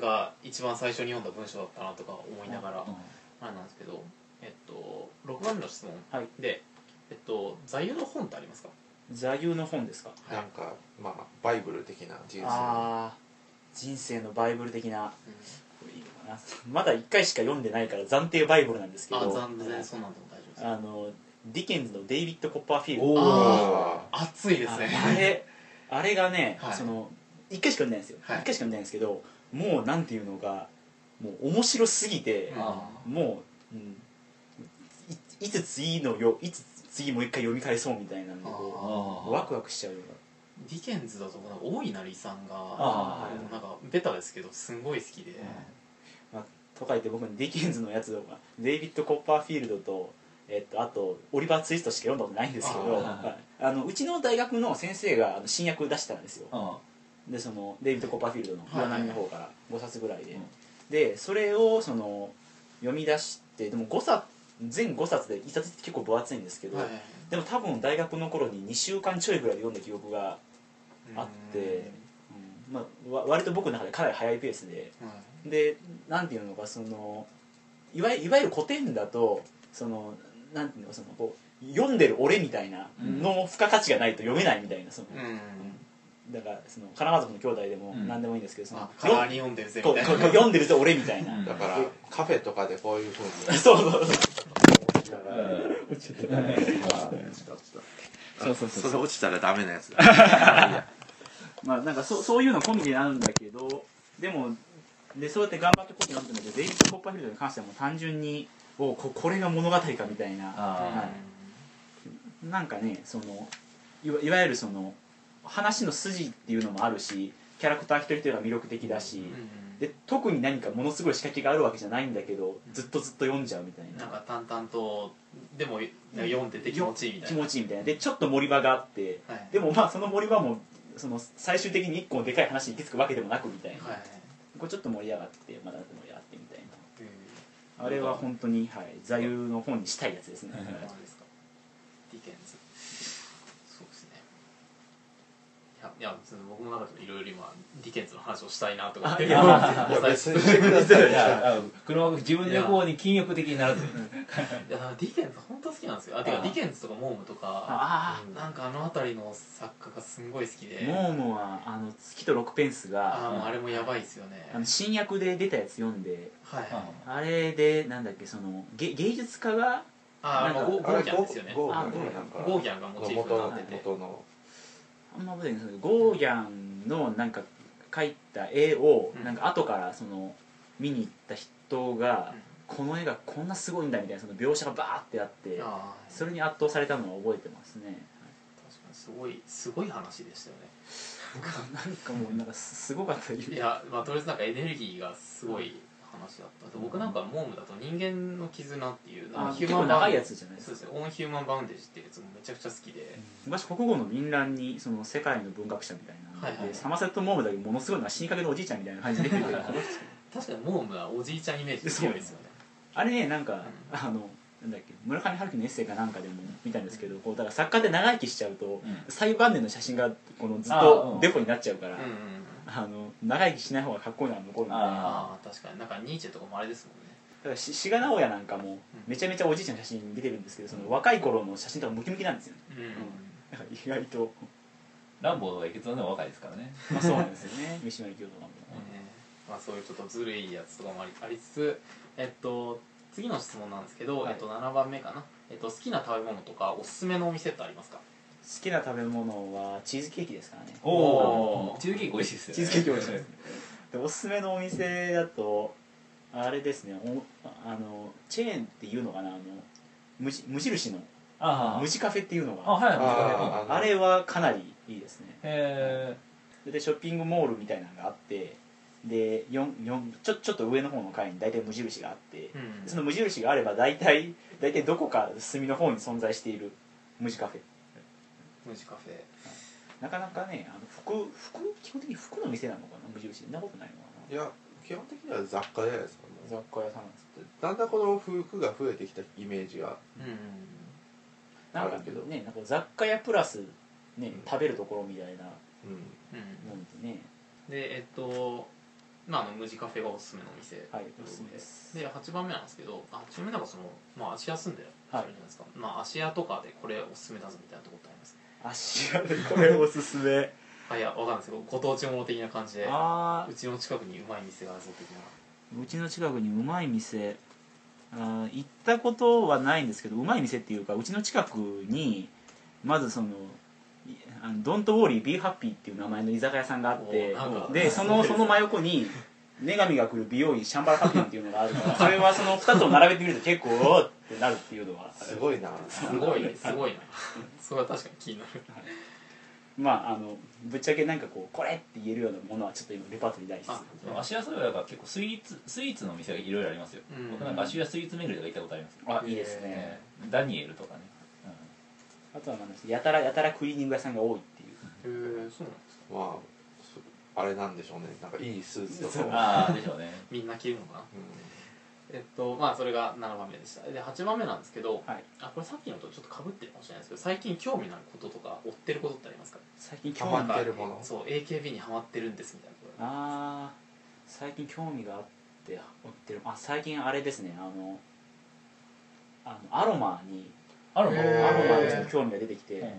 [SPEAKER 4] が一番最初に読んだ文章だったなとか思いながら、
[SPEAKER 2] うん
[SPEAKER 4] あれなんですけどえっと6番目の質問
[SPEAKER 3] はい
[SPEAKER 4] で、えっと座右の本ってありますか
[SPEAKER 3] 座右の本ですか
[SPEAKER 1] なんかまあバイブル的な人生の
[SPEAKER 3] ああ人生のバイブル的なこれいいのかなまだ1回しか読んでないから暫定バイブルなんですけど
[SPEAKER 4] あ残念そんなんでも大丈夫です
[SPEAKER 3] あのディケンズのデイビッド・コッパーフィールド
[SPEAKER 2] お
[SPEAKER 1] ああ
[SPEAKER 4] 熱いです
[SPEAKER 3] ああ
[SPEAKER 4] ね
[SPEAKER 3] れあれがね、
[SPEAKER 4] はい
[SPEAKER 3] その1回しか読んでないんですよ、一
[SPEAKER 4] はい
[SPEAKER 3] 1回しか読んでないんですけどもうなんていうのがもう面白すぎて、
[SPEAKER 2] あー
[SPEAKER 3] もう、うん、いいつ次のよいつ次もう一回読み返そうみたいなんで
[SPEAKER 2] あ
[SPEAKER 3] こう
[SPEAKER 2] ー
[SPEAKER 3] ワクワクしちゃうような
[SPEAKER 4] ディケンズだとなんか大いなりさんが
[SPEAKER 2] あ
[SPEAKER 3] ー
[SPEAKER 4] なんかベタですけどすごい好きで、
[SPEAKER 2] ん
[SPEAKER 3] まあ、とか言って僕にディケンズのやつとかデイビッド・コッパーフィールドとえっと、あとオリバー・ツイストしか読んだことないんですけど
[SPEAKER 4] あ
[SPEAKER 2] ー
[SPEAKER 3] はいあのうちの大学の先生があの新訳出したんですよ
[SPEAKER 2] あ
[SPEAKER 3] でそのデイビッド・コッパーフィールドの
[SPEAKER 4] はい
[SPEAKER 3] 岩波の方から5冊ぐらいで、
[SPEAKER 2] うん
[SPEAKER 3] でそれをその読み出してでも5冊全5冊で1冊って結構分厚いんですけど、
[SPEAKER 4] はいはいはい
[SPEAKER 3] でも多分大学の頃に2週間ちょいぐらいで読んだ記憶があって、うんまあ、わ割と僕の中でかなり早いペースで
[SPEAKER 4] うんはい
[SPEAKER 3] でなんていうのかそのいわゆいわゆる古典だとそのなんていうのかそのこう読んでる俺みたいなの付加価値がないと読めないみたいなその、
[SPEAKER 4] うん
[SPEAKER 3] だからその金族の兄弟でも
[SPEAKER 2] うん
[SPEAKER 3] 何でもいいんですけど、その
[SPEAKER 4] あカラーに読んでるぜ
[SPEAKER 3] こ
[SPEAKER 4] み
[SPEAKER 3] うこ
[SPEAKER 4] た
[SPEAKER 3] う
[SPEAKER 4] い
[SPEAKER 3] こう
[SPEAKER 4] な
[SPEAKER 3] 読んでるぞ俺みたいな、
[SPEAKER 2] うん
[SPEAKER 1] だからカフェとかでこういうふうに
[SPEAKER 3] そうそうそう
[SPEAKER 2] うん
[SPEAKER 3] そうそ
[SPEAKER 1] [LAUGHS]
[SPEAKER 3] う
[SPEAKER 1] それ落ちたらダメなやつだ
[SPEAKER 3] まあなんかそうそういうの込みでなるんだけどでもでそうやって頑張ってこうってなってるんだけどデイビッド・コッパーフィールドに関してはもう単純におここれが物語かみたいな
[SPEAKER 2] あ
[SPEAKER 3] なんかねそのいわいわゆるその話の筋っていうのもあるしキャラクター一人一人が魅力的だし、
[SPEAKER 4] うん
[SPEAKER 3] で特に何かものすごい仕掛けがあるわけじゃないんだけどずっとずっと読んじゃうみたいな
[SPEAKER 4] なんか淡々とでも読んでて気持ちいいみたい
[SPEAKER 3] 気
[SPEAKER 4] な
[SPEAKER 3] 持ちいいみたいなでちょっと盛り場があって
[SPEAKER 4] はい
[SPEAKER 3] でもまあその盛り場もその最終的に一個のでかい話に行き着くわけでもなくみたいな、
[SPEAKER 4] はい
[SPEAKER 3] こうちょっと盛り上がってまだ盛り上がってみたいな
[SPEAKER 4] うん
[SPEAKER 3] あれは本当に、はい、座右の本にしたいやつですね、
[SPEAKER 2] うん
[SPEAKER 4] なんですかディケンズそうですねいやいや別に僕もなんかいろいろ今ディケンズの話をしたいなと思って
[SPEAKER 3] あいや
[SPEAKER 1] いや別
[SPEAKER 4] 最初
[SPEAKER 1] にしてください
[SPEAKER 2] いや車が自分の方に禁欲的にならずに
[SPEAKER 4] いやディケンズ本当好きなんですよあてか
[SPEAKER 3] あ
[SPEAKER 4] ディケンズとかモームとか
[SPEAKER 3] あ
[SPEAKER 1] うん
[SPEAKER 4] なんかあの辺りの作家がすんごい好きで
[SPEAKER 3] あモームはあの月と六ペンスが
[SPEAKER 4] あーもうあれもやばいですよね
[SPEAKER 3] あの新訳で出たやつ読んで
[SPEAKER 4] はいはい
[SPEAKER 3] あれでなんだっけそのげ芸術家が
[SPEAKER 4] あー
[SPEAKER 3] な
[SPEAKER 4] あ
[SPEAKER 3] ん
[SPEAKER 4] の
[SPEAKER 3] か
[SPEAKER 4] ゴゴーギャンですよね
[SPEAKER 1] ゴ
[SPEAKER 4] ゴ
[SPEAKER 1] ー
[SPEAKER 3] あ
[SPEAKER 1] ゴーギャンなんか
[SPEAKER 4] ーギャンがモチーフになってて
[SPEAKER 1] 元の
[SPEAKER 3] あんま覚えてないんですけどゴーギャンのなんか描いた絵を
[SPEAKER 4] うん
[SPEAKER 3] なんか後からその見に行った人が
[SPEAKER 4] うん
[SPEAKER 3] この絵がこんなすごいんだみたいなその描写がバーってあって
[SPEAKER 4] あー
[SPEAKER 3] それに圧倒されたのは覚えてますね
[SPEAKER 4] 確かにすごいすごい話でしたよね
[SPEAKER 3] なんかもうなんかすすごかった
[SPEAKER 4] いや、まあ、とりあえずなんかエネルギーがすごい話だったあと僕なんかモームだと「人間の絆」っていう
[SPEAKER 3] あ
[SPEAKER 4] あの
[SPEAKER 3] 結構長いやつじゃないで
[SPEAKER 4] そう
[SPEAKER 3] す
[SPEAKER 4] ですねオンヒューマンバウンデージっていうやつもめちゃくちゃ好きで、
[SPEAKER 3] 昔国語の民覧にその世界の文学者みたいなのがいて、
[SPEAKER 4] はいはいはい
[SPEAKER 3] サマセット・モームだけものすごいのが死にかけのおじいちゃんみたいな感じで出て
[SPEAKER 4] [LAUGHS]
[SPEAKER 3] くる
[SPEAKER 4] 確かにモームはおじいちゃんイメージ強いですよね
[SPEAKER 3] あれねなんか、あのなんだっけ村上春樹のエッセイかなんかでも見たんですけどこうだから作家って長生きしちゃうと、
[SPEAKER 2] うん
[SPEAKER 3] 最晩年の写真がこのずっ
[SPEAKER 2] ああう
[SPEAKER 3] と
[SPEAKER 2] ん
[SPEAKER 3] デコになっちゃうか
[SPEAKER 4] う
[SPEAKER 3] ら
[SPEAKER 4] ん
[SPEAKER 3] あ、
[SPEAKER 4] うんうん
[SPEAKER 3] の長生きしない方がかっこいいのは残るんでだ
[SPEAKER 2] あ
[SPEAKER 3] か
[SPEAKER 4] ああ確かになんかニーチェとかもあれですもんね
[SPEAKER 3] らし志賀直哉なんかもめちゃめちゃおじいちゃんの写真出てるんですけどその若い頃の写真とかムキムキなんですよね [LAUGHS]
[SPEAKER 4] うん、
[SPEAKER 3] だから意外と、
[SPEAKER 2] ランボーとかいくつでも若いですからね
[SPEAKER 3] まあ、そうなんですよ [LAUGHS] ね三島由紀夫とかも。
[SPEAKER 4] ねまあ、そういうちょっとずるいやつとかもありありつつえっと次の質問なんですけど、
[SPEAKER 3] はい
[SPEAKER 4] えっと、7番目かな、えっと、好きな食べ物とかおすすめのお店ってありますか
[SPEAKER 3] 好きな食べ物はチーズケーキですからね
[SPEAKER 2] おおチーズケーキ美味しいですよね
[SPEAKER 3] チーズケーキ美味しいですねでおすすめのお店だとあれですねおあのチェーンっていうのかなあの無印無印の
[SPEAKER 2] ああ
[SPEAKER 3] 無地カフェっていうの
[SPEAKER 2] あ
[SPEAKER 3] が
[SPEAKER 2] は
[SPEAKER 3] あ
[SPEAKER 2] い
[SPEAKER 1] あー
[SPEAKER 3] れはかなりいいですね
[SPEAKER 2] へ
[SPEAKER 3] でショッピングモールみたいなのがあってで四四ちょちょっと上の方の階に大体無印があって、
[SPEAKER 4] うん
[SPEAKER 3] その無印があれば大体大体どこか隅の方に存在している無地カフェ
[SPEAKER 4] ムジカフェ
[SPEAKER 3] なかなかねあの服服基本的に服の店なのかな無印そんなことないのか
[SPEAKER 1] いや基本的には雑貨じゃないですか
[SPEAKER 3] な
[SPEAKER 1] も
[SPEAKER 3] 雑貨屋さんなんです
[SPEAKER 1] うだんだんこの服が増えてきたイメージが
[SPEAKER 4] うんうん
[SPEAKER 3] なん
[SPEAKER 1] あ
[SPEAKER 3] か
[SPEAKER 1] るけど
[SPEAKER 3] ねなんか雑貨屋プラスね
[SPEAKER 1] うん
[SPEAKER 3] 食べるところみたいな
[SPEAKER 1] うん
[SPEAKER 4] うん
[SPEAKER 3] もんでね
[SPEAKER 4] でえっとまああの無地カフェがおすすめのお店
[SPEAKER 3] はいおすすめです
[SPEAKER 4] で8番目なんですけどあ8番目なんかそのまあ芦屋住んでる
[SPEAKER 3] はい
[SPEAKER 4] じゃないですか、まあ芦屋とかでこれおすすめだぞみたいなとこってあります
[SPEAKER 3] 足がねこれおすすめ
[SPEAKER 4] あいやわかんないですけどご当地もの的な感じで
[SPEAKER 3] [LAUGHS] ああ
[SPEAKER 4] うちの近くにうまい店があるぞ的な
[SPEAKER 3] うちの近くにうまい店あー行ったことはないんですけどうまい店っていうかうちの近くにまずそのいあのドントウォーリービーハッピーっていう名前の居酒屋さんがあって
[SPEAKER 4] おーなんか
[SPEAKER 3] でそのその真横に女神が来る美容院シャンバラハッピーっていうのがあるからそれはその2つを並べてみると結構おーってなるっていうのは
[SPEAKER 1] すごいな
[SPEAKER 4] すごいすごいなそれは確かに気になる
[SPEAKER 3] まああのぶっちゃけなんかこうこれって言えるようなものはちょっと今レパートリーないです
[SPEAKER 4] あ
[SPEAKER 2] でも芦屋それはが結構スイーツスイーツのお店がいろいろありますよ、
[SPEAKER 4] うん
[SPEAKER 2] 僕なんか芦屋スイーツ巡りとか行ったことありますよ、
[SPEAKER 3] あいいですね
[SPEAKER 2] ええダニエルとかね、
[SPEAKER 3] あとはまあやたらやたらクリーニング屋さんが多いっていう
[SPEAKER 4] へえそうなんですか
[SPEAKER 1] まああれなんでしょうねなんかいいスーツとか
[SPEAKER 2] う
[SPEAKER 1] を
[SPEAKER 2] ん、ああでしょうね
[SPEAKER 4] みんな着るのかな
[SPEAKER 1] う
[SPEAKER 4] えっとまあそれが7番目でしたで8番目なんですけど、
[SPEAKER 3] はい
[SPEAKER 4] あこれさっきのとちょっとかぶってるかもしれないですけど最近興味のあることとか追ってることってありますか
[SPEAKER 3] 最近
[SPEAKER 1] ハ
[SPEAKER 3] 興
[SPEAKER 1] マ
[SPEAKER 3] 味
[SPEAKER 1] ってるもの
[SPEAKER 4] そう AKB にハマってるんですみたいな
[SPEAKER 3] あー最近興味があって追ってるあ最近あれですねあのあのアロマに
[SPEAKER 2] あるもん、
[SPEAKER 4] へ
[SPEAKER 3] アロ
[SPEAKER 4] ー
[SPEAKER 3] マにちょっと興味が出てきて、
[SPEAKER 2] うん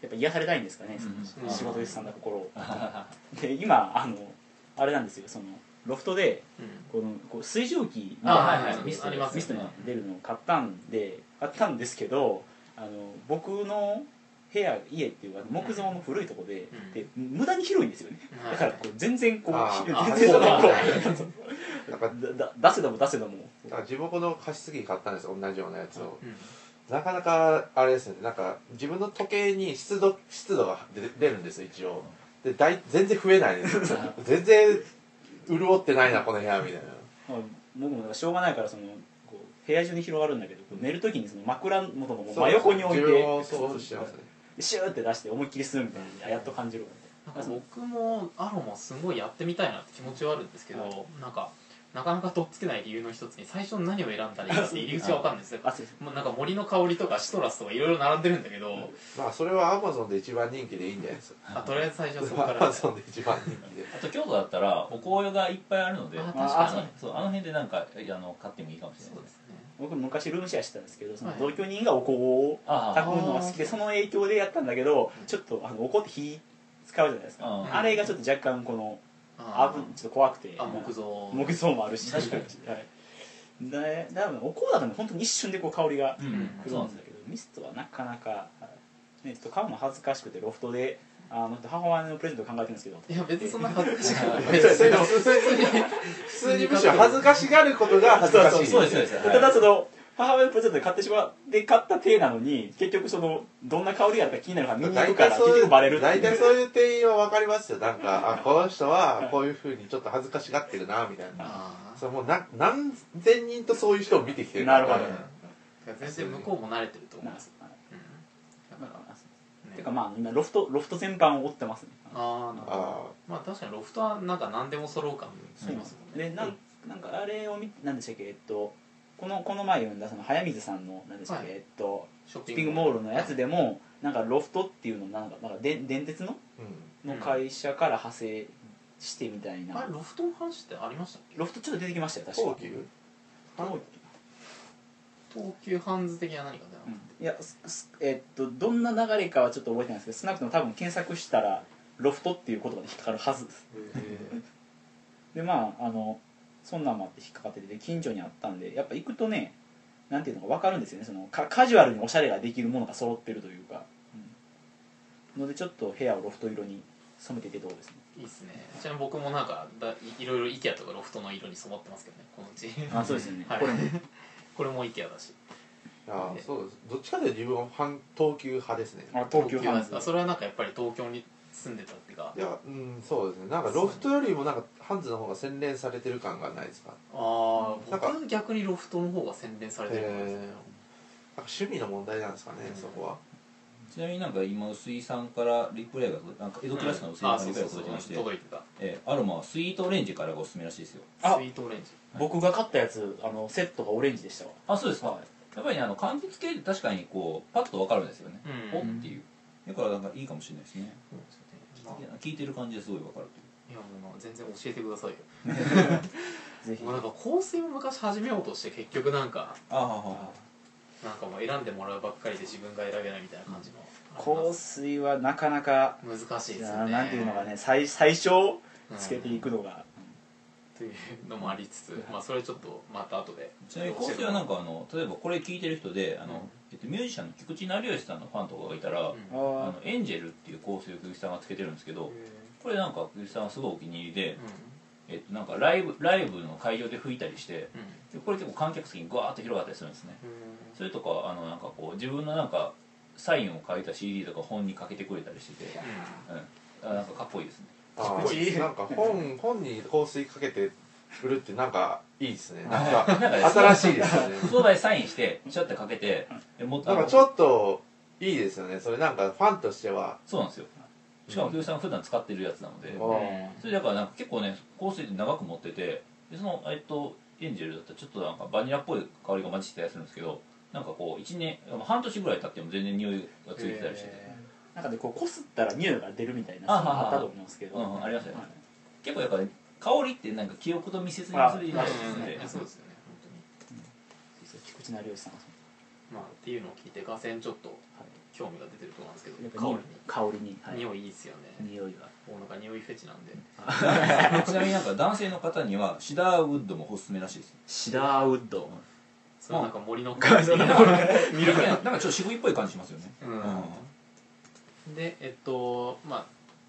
[SPEAKER 3] やっぱ癒されたいんですかね、
[SPEAKER 2] うん
[SPEAKER 3] 仕事でさんだ心を
[SPEAKER 2] あはは
[SPEAKER 3] [LAUGHS] で今あのあれなんですよそのロフトで
[SPEAKER 4] うん
[SPEAKER 3] このこう水蒸気み
[SPEAKER 4] あはいはい
[SPEAKER 2] はい
[SPEAKER 3] ミスト
[SPEAKER 4] ありますよね
[SPEAKER 3] ミストが出るのを買ったんで買ったんですけどあの僕の部屋家っていうか木造の古いとこで,、
[SPEAKER 4] うん
[SPEAKER 3] で無駄に広いんですよね
[SPEAKER 4] は
[SPEAKER 3] だ
[SPEAKER 4] い
[SPEAKER 3] からこう全然こ
[SPEAKER 1] あ
[SPEAKER 3] う
[SPEAKER 4] ー
[SPEAKER 3] 全然その
[SPEAKER 4] あ
[SPEAKER 3] こ
[SPEAKER 1] んなんか
[SPEAKER 3] うだだ出せども出せども
[SPEAKER 1] だから自分この加湿器買ったんです同じようなやつを、
[SPEAKER 4] うん
[SPEAKER 1] なかなかあれですねなんか自分の時計に湿度湿度が出出るんですよ一応でだい全然増えないです
[SPEAKER 3] [LAUGHS]
[SPEAKER 1] 全然潤ってないなこの部屋みたいな
[SPEAKER 3] まあ僕もだからしょうがないからそのこう部屋中に広がるんだけどこう寝るときにその枕元の真横に置いて
[SPEAKER 1] 自分もそうしてますね
[SPEAKER 3] シューって出して思いっきり吸うみたいなあやっと感じるわ
[SPEAKER 4] なんか僕もアロマすごいやってみたいなって気持ちはあるんですけど、
[SPEAKER 3] は
[SPEAKER 4] なんかなかなかとっつけない理由の一つに最初に何を選んだらいいかって入り口が分かんないですよ
[SPEAKER 3] あそうです
[SPEAKER 4] もうなんか森の香りとかシトラスとかいろいろ並んでるんだけど、
[SPEAKER 1] まあそれはアマゾンで一番人気でいいんじゃないですか
[SPEAKER 4] あとりあえず最初はそこか
[SPEAKER 1] ア
[SPEAKER 3] [LAUGHS]
[SPEAKER 4] ら
[SPEAKER 1] マゾンで一番人気で
[SPEAKER 2] あと京都だったらお香がいっぱいあるので
[SPEAKER 4] あ
[SPEAKER 2] あ
[SPEAKER 4] 確
[SPEAKER 3] かに
[SPEAKER 2] のそうあの辺でなんかあの買ってもいいかもしれ
[SPEAKER 4] そ
[SPEAKER 2] ない
[SPEAKER 4] うで
[SPEAKER 2] です
[SPEAKER 4] すね
[SPEAKER 3] 僕昔ルームシェアしてたんですけどその
[SPEAKER 4] はい
[SPEAKER 3] 同居人がお香を
[SPEAKER 2] あ
[SPEAKER 3] 炊くのが好きで
[SPEAKER 4] あー
[SPEAKER 3] その影響でやったんだけど
[SPEAKER 4] うん
[SPEAKER 3] ちょっとあのお香って火使うじゃないですか
[SPEAKER 2] あ
[SPEAKER 3] あれがちょっと若干この
[SPEAKER 4] あ
[SPEAKER 3] 危ちょっと怖くて
[SPEAKER 4] あ木造
[SPEAKER 3] 木造もあるし
[SPEAKER 2] 確かに
[SPEAKER 3] はいで多分お香だとね本当に一瞬でこう香りが
[SPEAKER 2] うん、うん、
[SPEAKER 3] くる
[SPEAKER 2] そうなんんで
[SPEAKER 3] だけどミストはなかなか、ね、ちょっと買うの恥ずかしくてロフトであの母親のプレゼント考えてるんですけど
[SPEAKER 4] いや別にそんな恥ずかしくない
[SPEAKER 1] 普通に普通にむしろ恥ずかしがることが恥ずかしい
[SPEAKER 2] すよそうですそうです、はい
[SPEAKER 3] ただその母親のプレゼントで買ってしまって買った手なのに結局そのどんな香りがあるか気になるからみんな
[SPEAKER 1] 大
[SPEAKER 3] 行くか
[SPEAKER 1] 体
[SPEAKER 3] ら
[SPEAKER 1] そう
[SPEAKER 3] 結
[SPEAKER 1] い
[SPEAKER 3] 局
[SPEAKER 1] う
[SPEAKER 3] バレるって
[SPEAKER 1] 大
[SPEAKER 3] い
[SPEAKER 1] 体
[SPEAKER 3] う
[SPEAKER 1] そういう店員は分かりますよなんかあこの人はこういうふうにちょっと恥ずかしがってるなみたいな
[SPEAKER 4] ああ
[SPEAKER 1] そうもうな何千人とそういう人を見てきてる
[SPEAKER 3] なるほど
[SPEAKER 4] 全然向こうも慣れてると思
[SPEAKER 3] なん
[SPEAKER 4] うんで
[SPEAKER 3] か
[SPEAKER 4] す
[SPEAKER 3] そ
[SPEAKER 4] よ、
[SPEAKER 3] うなん
[SPEAKER 4] うん、だか
[SPEAKER 3] から
[SPEAKER 4] ね
[SPEAKER 3] てかまあみんなロフトロフト全般を追ってますね
[SPEAKER 4] ああなるほど
[SPEAKER 1] あ
[SPEAKER 4] まあ確かにロフトはなんか何でも揃う感ありますもんね
[SPEAKER 3] でなんなんかあれを見なんでしたっけえっとこのこの前読んだその早水さんのなんでしたっけ、
[SPEAKER 4] はい
[SPEAKER 3] えっと
[SPEAKER 4] ショッ
[SPEAKER 3] ショッピングモールのやつでもなんかロフトっていうのなんかなんかで電鉄の
[SPEAKER 1] ーうん
[SPEAKER 3] の会社から派生してみたい
[SPEAKER 4] あ
[SPEAKER 3] な
[SPEAKER 4] れロフトの話ってありましたっけ
[SPEAKER 3] ロフトちょっと出てきましたよ確か
[SPEAKER 1] 東急
[SPEAKER 3] 東
[SPEAKER 4] 東急ハンズ的な何かじゃなくて
[SPEAKER 3] いやすすえっとどんな流れかはちょっと覚えてないんですけど少なくとも多分検索したらロフトっていう言葉で引っかかるはずですでまああのそんなんもあって引っかかってて近所にあったんでやっぱ行くとねなんていうのか分かるんですよねそのかカジュアルにおしゃれができるものが揃ってるというか、うんのでちょっと部屋をロフト色に染めていてどうですね
[SPEAKER 4] いいっすねちなみに僕もなんかだいいろいろ IKEA とかロフトの色に染まってますけどねこのうち
[SPEAKER 3] あそうですよね
[SPEAKER 4] はい
[SPEAKER 3] これも
[SPEAKER 4] これも IKEA だし
[SPEAKER 1] あーそうですどっちかというと自分は反東急派ですね
[SPEAKER 3] あ東急ハンズ
[SPEAKER 4] あそれはなんかやっぱり東京に住んでたっていうか
[SPEAKER 1] いやうんそうですねなんかロフトよりもなんかハンズの方が洗練されてる感がないですか
[SPEAKER 4] ああ
[SPEAKER 1] なんか
[SPEAKER 4] 僕は逆にロフトの方が洗練されてるんですね
[SPEAKER 1] へなんか趣味の問題なんですかね、
[SPEAKER 4] うん
[SPEAKER 1] そこは
[SPEAKER 2] すちなみになんか今薄井さんからリプレイがなんか江戸クラスの薄井さん
[SPEAKER 4] あ
[SPEAKER 2] から
[SPEAKER 4] そ
[SPEAKER 2] リ
[SPEAKER 4] う
[SPEAKER 2] プレイが
[SPEAKER 4] そうそう
[SPEAKER 2] 届きまして
[SPEAKER 4] 届いてた
[SPEAKER 2] えーアロマはスイートオレンジからがおすすめらしいですよ
[SPEAKER 4] スイ
[SPEAKER 3] あ
[SPEAKER 4] ートオレンジ
[SPEAKER 3] 僕が買ったやつあのセットがオレンジでしたわ
[SPEAKER 2] あそうですか、やっぱりねあの柑橘系って確かにこうパッとわかるんですよね、
[SPEAKER 4] うん
[SPEAKER 2] おっていうだからなんかいいかもしれないですね
[SPEAKER 4] まあいや
[SPEAKER 2] 聞いてる感じですごいわかるという
[SPEAKER 4] もう全然教えてくださいよ
[SPEAKER 3] ぜひ
[SPEAKER 4] もうなんか香水も昔始めようとして結局なんか
[SPEAKER 2] あーはーはーは
[SPEAKER 4] なんかもう選んでもらうばっかりで自分が選べないみたいな感じの
[SPEAKER 3] 香水はなかなか
[SPEAKER 4] 難しいですよね
[SPEAKER 3] なんていうのがね最最初つけていくのが、
[SPEAKER 4] というのもありつつ、まあ、それはちょっとまた後で
[SPEAKER 2] ーちなみに香水はなん
[SPEAKER 4] か、
[SPEAKER 2] かあの例えばこれ聞いてる人であの、
[SPEAKER 4] うん
[SPEAKER 2] えっと、ミュージシャンの菊池成吉さんのファンとかがいたら、
[SPEAKER 4] うん
[SPEAKER 3] あ
[SPEAKER 2] あ
[SPEAKER 3] ー
[SPEAKER 2] のエンジェルっていう香水を菊池さんがつけてるんですけどこれなんか菊池さんはすごいお気に入りで、えっと、なんかライブライブの会場で吹いたりして
[SPEAKER 4] うんうん
[SPEAKER 2] でこれ結構観客席にグワーッと広がったりするんですねそれとかあのなんかこう自分のなんかサインを書いた CD とか本にかけてくれたりしてて、うん、あなんかかっこいいですね
[SPEAKER 1] あ
[SPEAKER 4] プチ
[SPEAKER 1] ーなんか本本に香水かけて売るってなんかいい
[SPEAKER 3] [LAUGHS]
[SPEAKER 1] ですねなん
[SPEAKER 2] なん
[SPEAKER 1] か
[SPEAKER 2] か
[SPEAKER 1] 新しいですよね
[SPEAKER 2] その場でサインしてちょってかけてえもっと
[SPEAKER 1] なんかちょっといいですよねそれなんかファンとしては
[SPEAKER 2] そうなんですよしかも清さん普段使ってるやつなので、
[SPEAKER 1] うん
[SPEAKER 2] それだからなんか結構ね香水って長く持っててでそのえっとエンジェルだったらちょっとなんかバニラっぽい香りが混じってたりするんですけどなんかこう1年半年ぐらい経っても全然匂いがついてたりしてて、
[SPEAKER 3] なんかでこうこすったら匂いが出るみたいな
[SPEAKER 2] あ
[SPEAKER 3] そういうの
[SPEAKER 2] はは
[SPEAKER 3] あったと思いますけど、
[SPEAKER 2] うんありましたよね
[SPEAKER 3] はい
[SPEAKER 2] 結構やっぱり香りってなんか記憶と密接に結びついたりするんで
[SPEAKER 4] うんそうですよね本当に
[SPEAKER 3] 菊池成吉さんがそ
[SPEAKER 4] まあっていうのを聞いてガセンちょっと興味が出てると思うんですけ
[SPEAKER 3] のやっ
[SPEAKER 4] ど
[SPEAKER 3] ぱ匂
[SPEAKER 4] 香
[SPEAKER 3] い香りに、は
[SPEAKER 4] り
[SPEAKER 3] い、
[SPEAKER 4] に匂いいいですよね
[SPEAKER 3] 匂いが
[SPEAKER 4] もうなんか匂いフェチなん
[SPEAKER 2] [LAUGHS]
[SPEAKER 4] で
[SPEAKER 2] ちなみになんか男性の方にはシダーウッドもおすすめらしいですよ
[SPEAKER 3] シダーウッド
[SPEAKER 4] そのなんか森の香り
[SPEAKER 3] そんな
[SPEAKER 2] 見る [LAUGHS] なんかちょっと渋いっぽい感じしますよね
[SPEAKER 4] うんでえっとまあ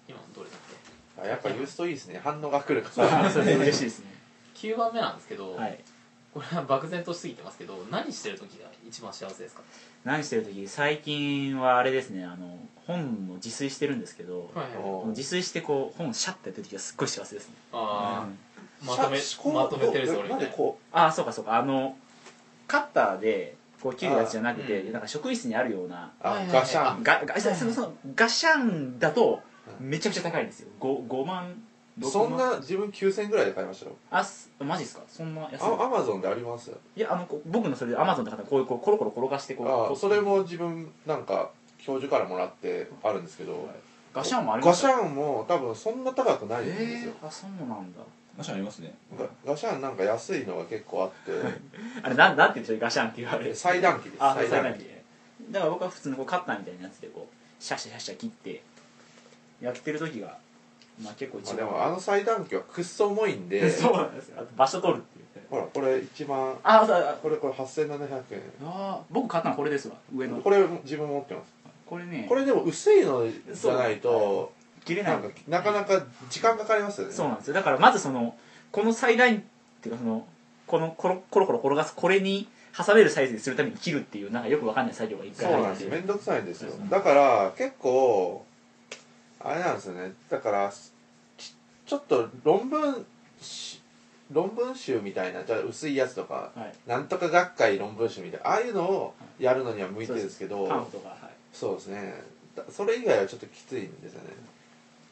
[SPEAKER 4] 今どれだっけ
[SPEAKER 1] あやっぱユーストいいですね反応が来るから [LAUGHS]
[SPEAKER 3] それ嬉しいですね
[SPEAKER 4] 9番目なんですけど、
[SPEAKER 3] はい
[SPEAKER 4] これは漠然としすぎてますけど何してる時が一番幸せですか
[SPEAKER 3] 何してる時最近はあれですねあの本を自炊してるんですけど、
[SPEAKER 4] はい
[SPEAKER 1] [LAUGHS] お
[SPEAKER 3] 自炊してこう本シャッてやってる時はすっごい幸せですね、
[SPEAKER 4] あ
[SPEAKER 3] うん
[SPEAKER 4] あまとめ
[SPEAKER 1] シャこう
[SPEAKER 4] まとめてるぞ
[SPEAKER 1] どう
[SPEAKER 4] 俺
[SPEAKER 1] な
[SPEAKER 4] み
[SPEAKER 1] ん
[SPEAKER 4] た
[SPEAKER 1] で
[SPEAKER 4] いな
[SPEAKER 1] こ
[SPEAKER 3] ああそうかそうかあのカッターでこう切るやつじゃなくて、
[SPEAKER 4] あーうん
[SPEAKER 3] なんか職員室にあるような
[SPEAKER 1] うあ
[SPEAKER 4] はいはいはい
[SPEAKER 1] ガシャン
[SPEAKER 3] ガガシャンそのそのガシャンだと
[SPEAKER 1] う
[SPEAKER 3] めちゃくちゃ高いんですよ 5, 五万6万
[SPEAKER 1] そんな自分9000ぐらいで買いましたよ
[SPEAKER 3] あすマジですかそんな安い
[SPEAKER 1] あアマゾンでありますよ
[SPEAKER 3] いやあのこう僕のそれでアマゾンの方こういうこうコロコロ転がしてこう
[SPEAKER 1] あ
[SPEAKER 3] こ
[SPEAKER 1] あ
[SPEAKER 3] う
[SPEAKER 1] それも自分なんか教授からもらってあるんですけど
[SPEAKER 3] ガシャンもありま
[SPEAKER 1] ガ
[SPEAKER 3] す
[SPEAKER 1] シャンも多分そんな高くないんです
[SPEAKER 3] え
[SPEAKER 1] よ
[SPEAKER 3] ー、あそうなんだ
[SPEAKER 2] 確かにありますね
[SPEAKER 1] ガガシャンなんか安いのが結構あって
[SPEAKER 3] あれなんなんて言うんでしょうガシャンって言われる
[SPEAKER 1] 裁断機です
[SPEAKER 3] あ
[SPEAKER 1] 裁
[SPEAKER 3] そうな
[SPEAKER 1] 断
[SPEAKER 3] ん
[SPEAKER 1] 機
[SPEAKER 3] でだから僕は普通のこうカッターみたいなやつでこうシャシャシャシャ切ってやってる時がまあ結構
[SPEAKER 1] ま
[SPEAKER 3] 一
[SPEAKER 1] あで
[SPEAKER 3] 番、
[SPEAKER 1] もあの裁断機はくっそ重いんで
[SPEAKER 3] [LAUGHS] そうなんですよあと場所取るっていう
[SPEAKER 1] ほらこれ一番
[SPEAKER 3] あそうあ
[SPEAKER 1] これこれ8700円
[SPEAKER 3] あ僕買ったのこれですわ上の
[SPEAKER 1] これ自分持ってます
[SPEAKER 3] これね
[SPEAKER 1] これでも薄いのじゃないと
[SPEAKER 3] 切れない
[SPEAKER 1] なんかなかなか時間かかりますよね
[SPEAKER 3] そうなんですよだからまずそのこの最大っていうかそのこのコロコロコロ転がすこれに挟めるサイズにするために切るっていうなんかよくわかんない作業が一
[SPEAKER 1] そ
[SPEAKER 3] 回
[SPEAKER 1] う
[SPEAKER 3] 入
[SPEAKER 1] なん
[SPEAKER 3] っ
[SPEAKER 1] です
[SPEAKER 3] て
[SPEAKER 1] よめんどくさいんですよ
[SPEAKER 2] そうそう
[SPEAKER 1] だから結構あれなんですよねだからちちょっと論文し論文集みたいなじゃあ薄いやつとか
[SPEAKER 3] はい
[SPEAKER 1] なんとか学会論文集みたいなああいうのをやるのには向いてるんですけど、
[SPEAKER 3] パンフとかはい
[SPEAKER 1] そうですねだそれ以外はちょっときついんですよね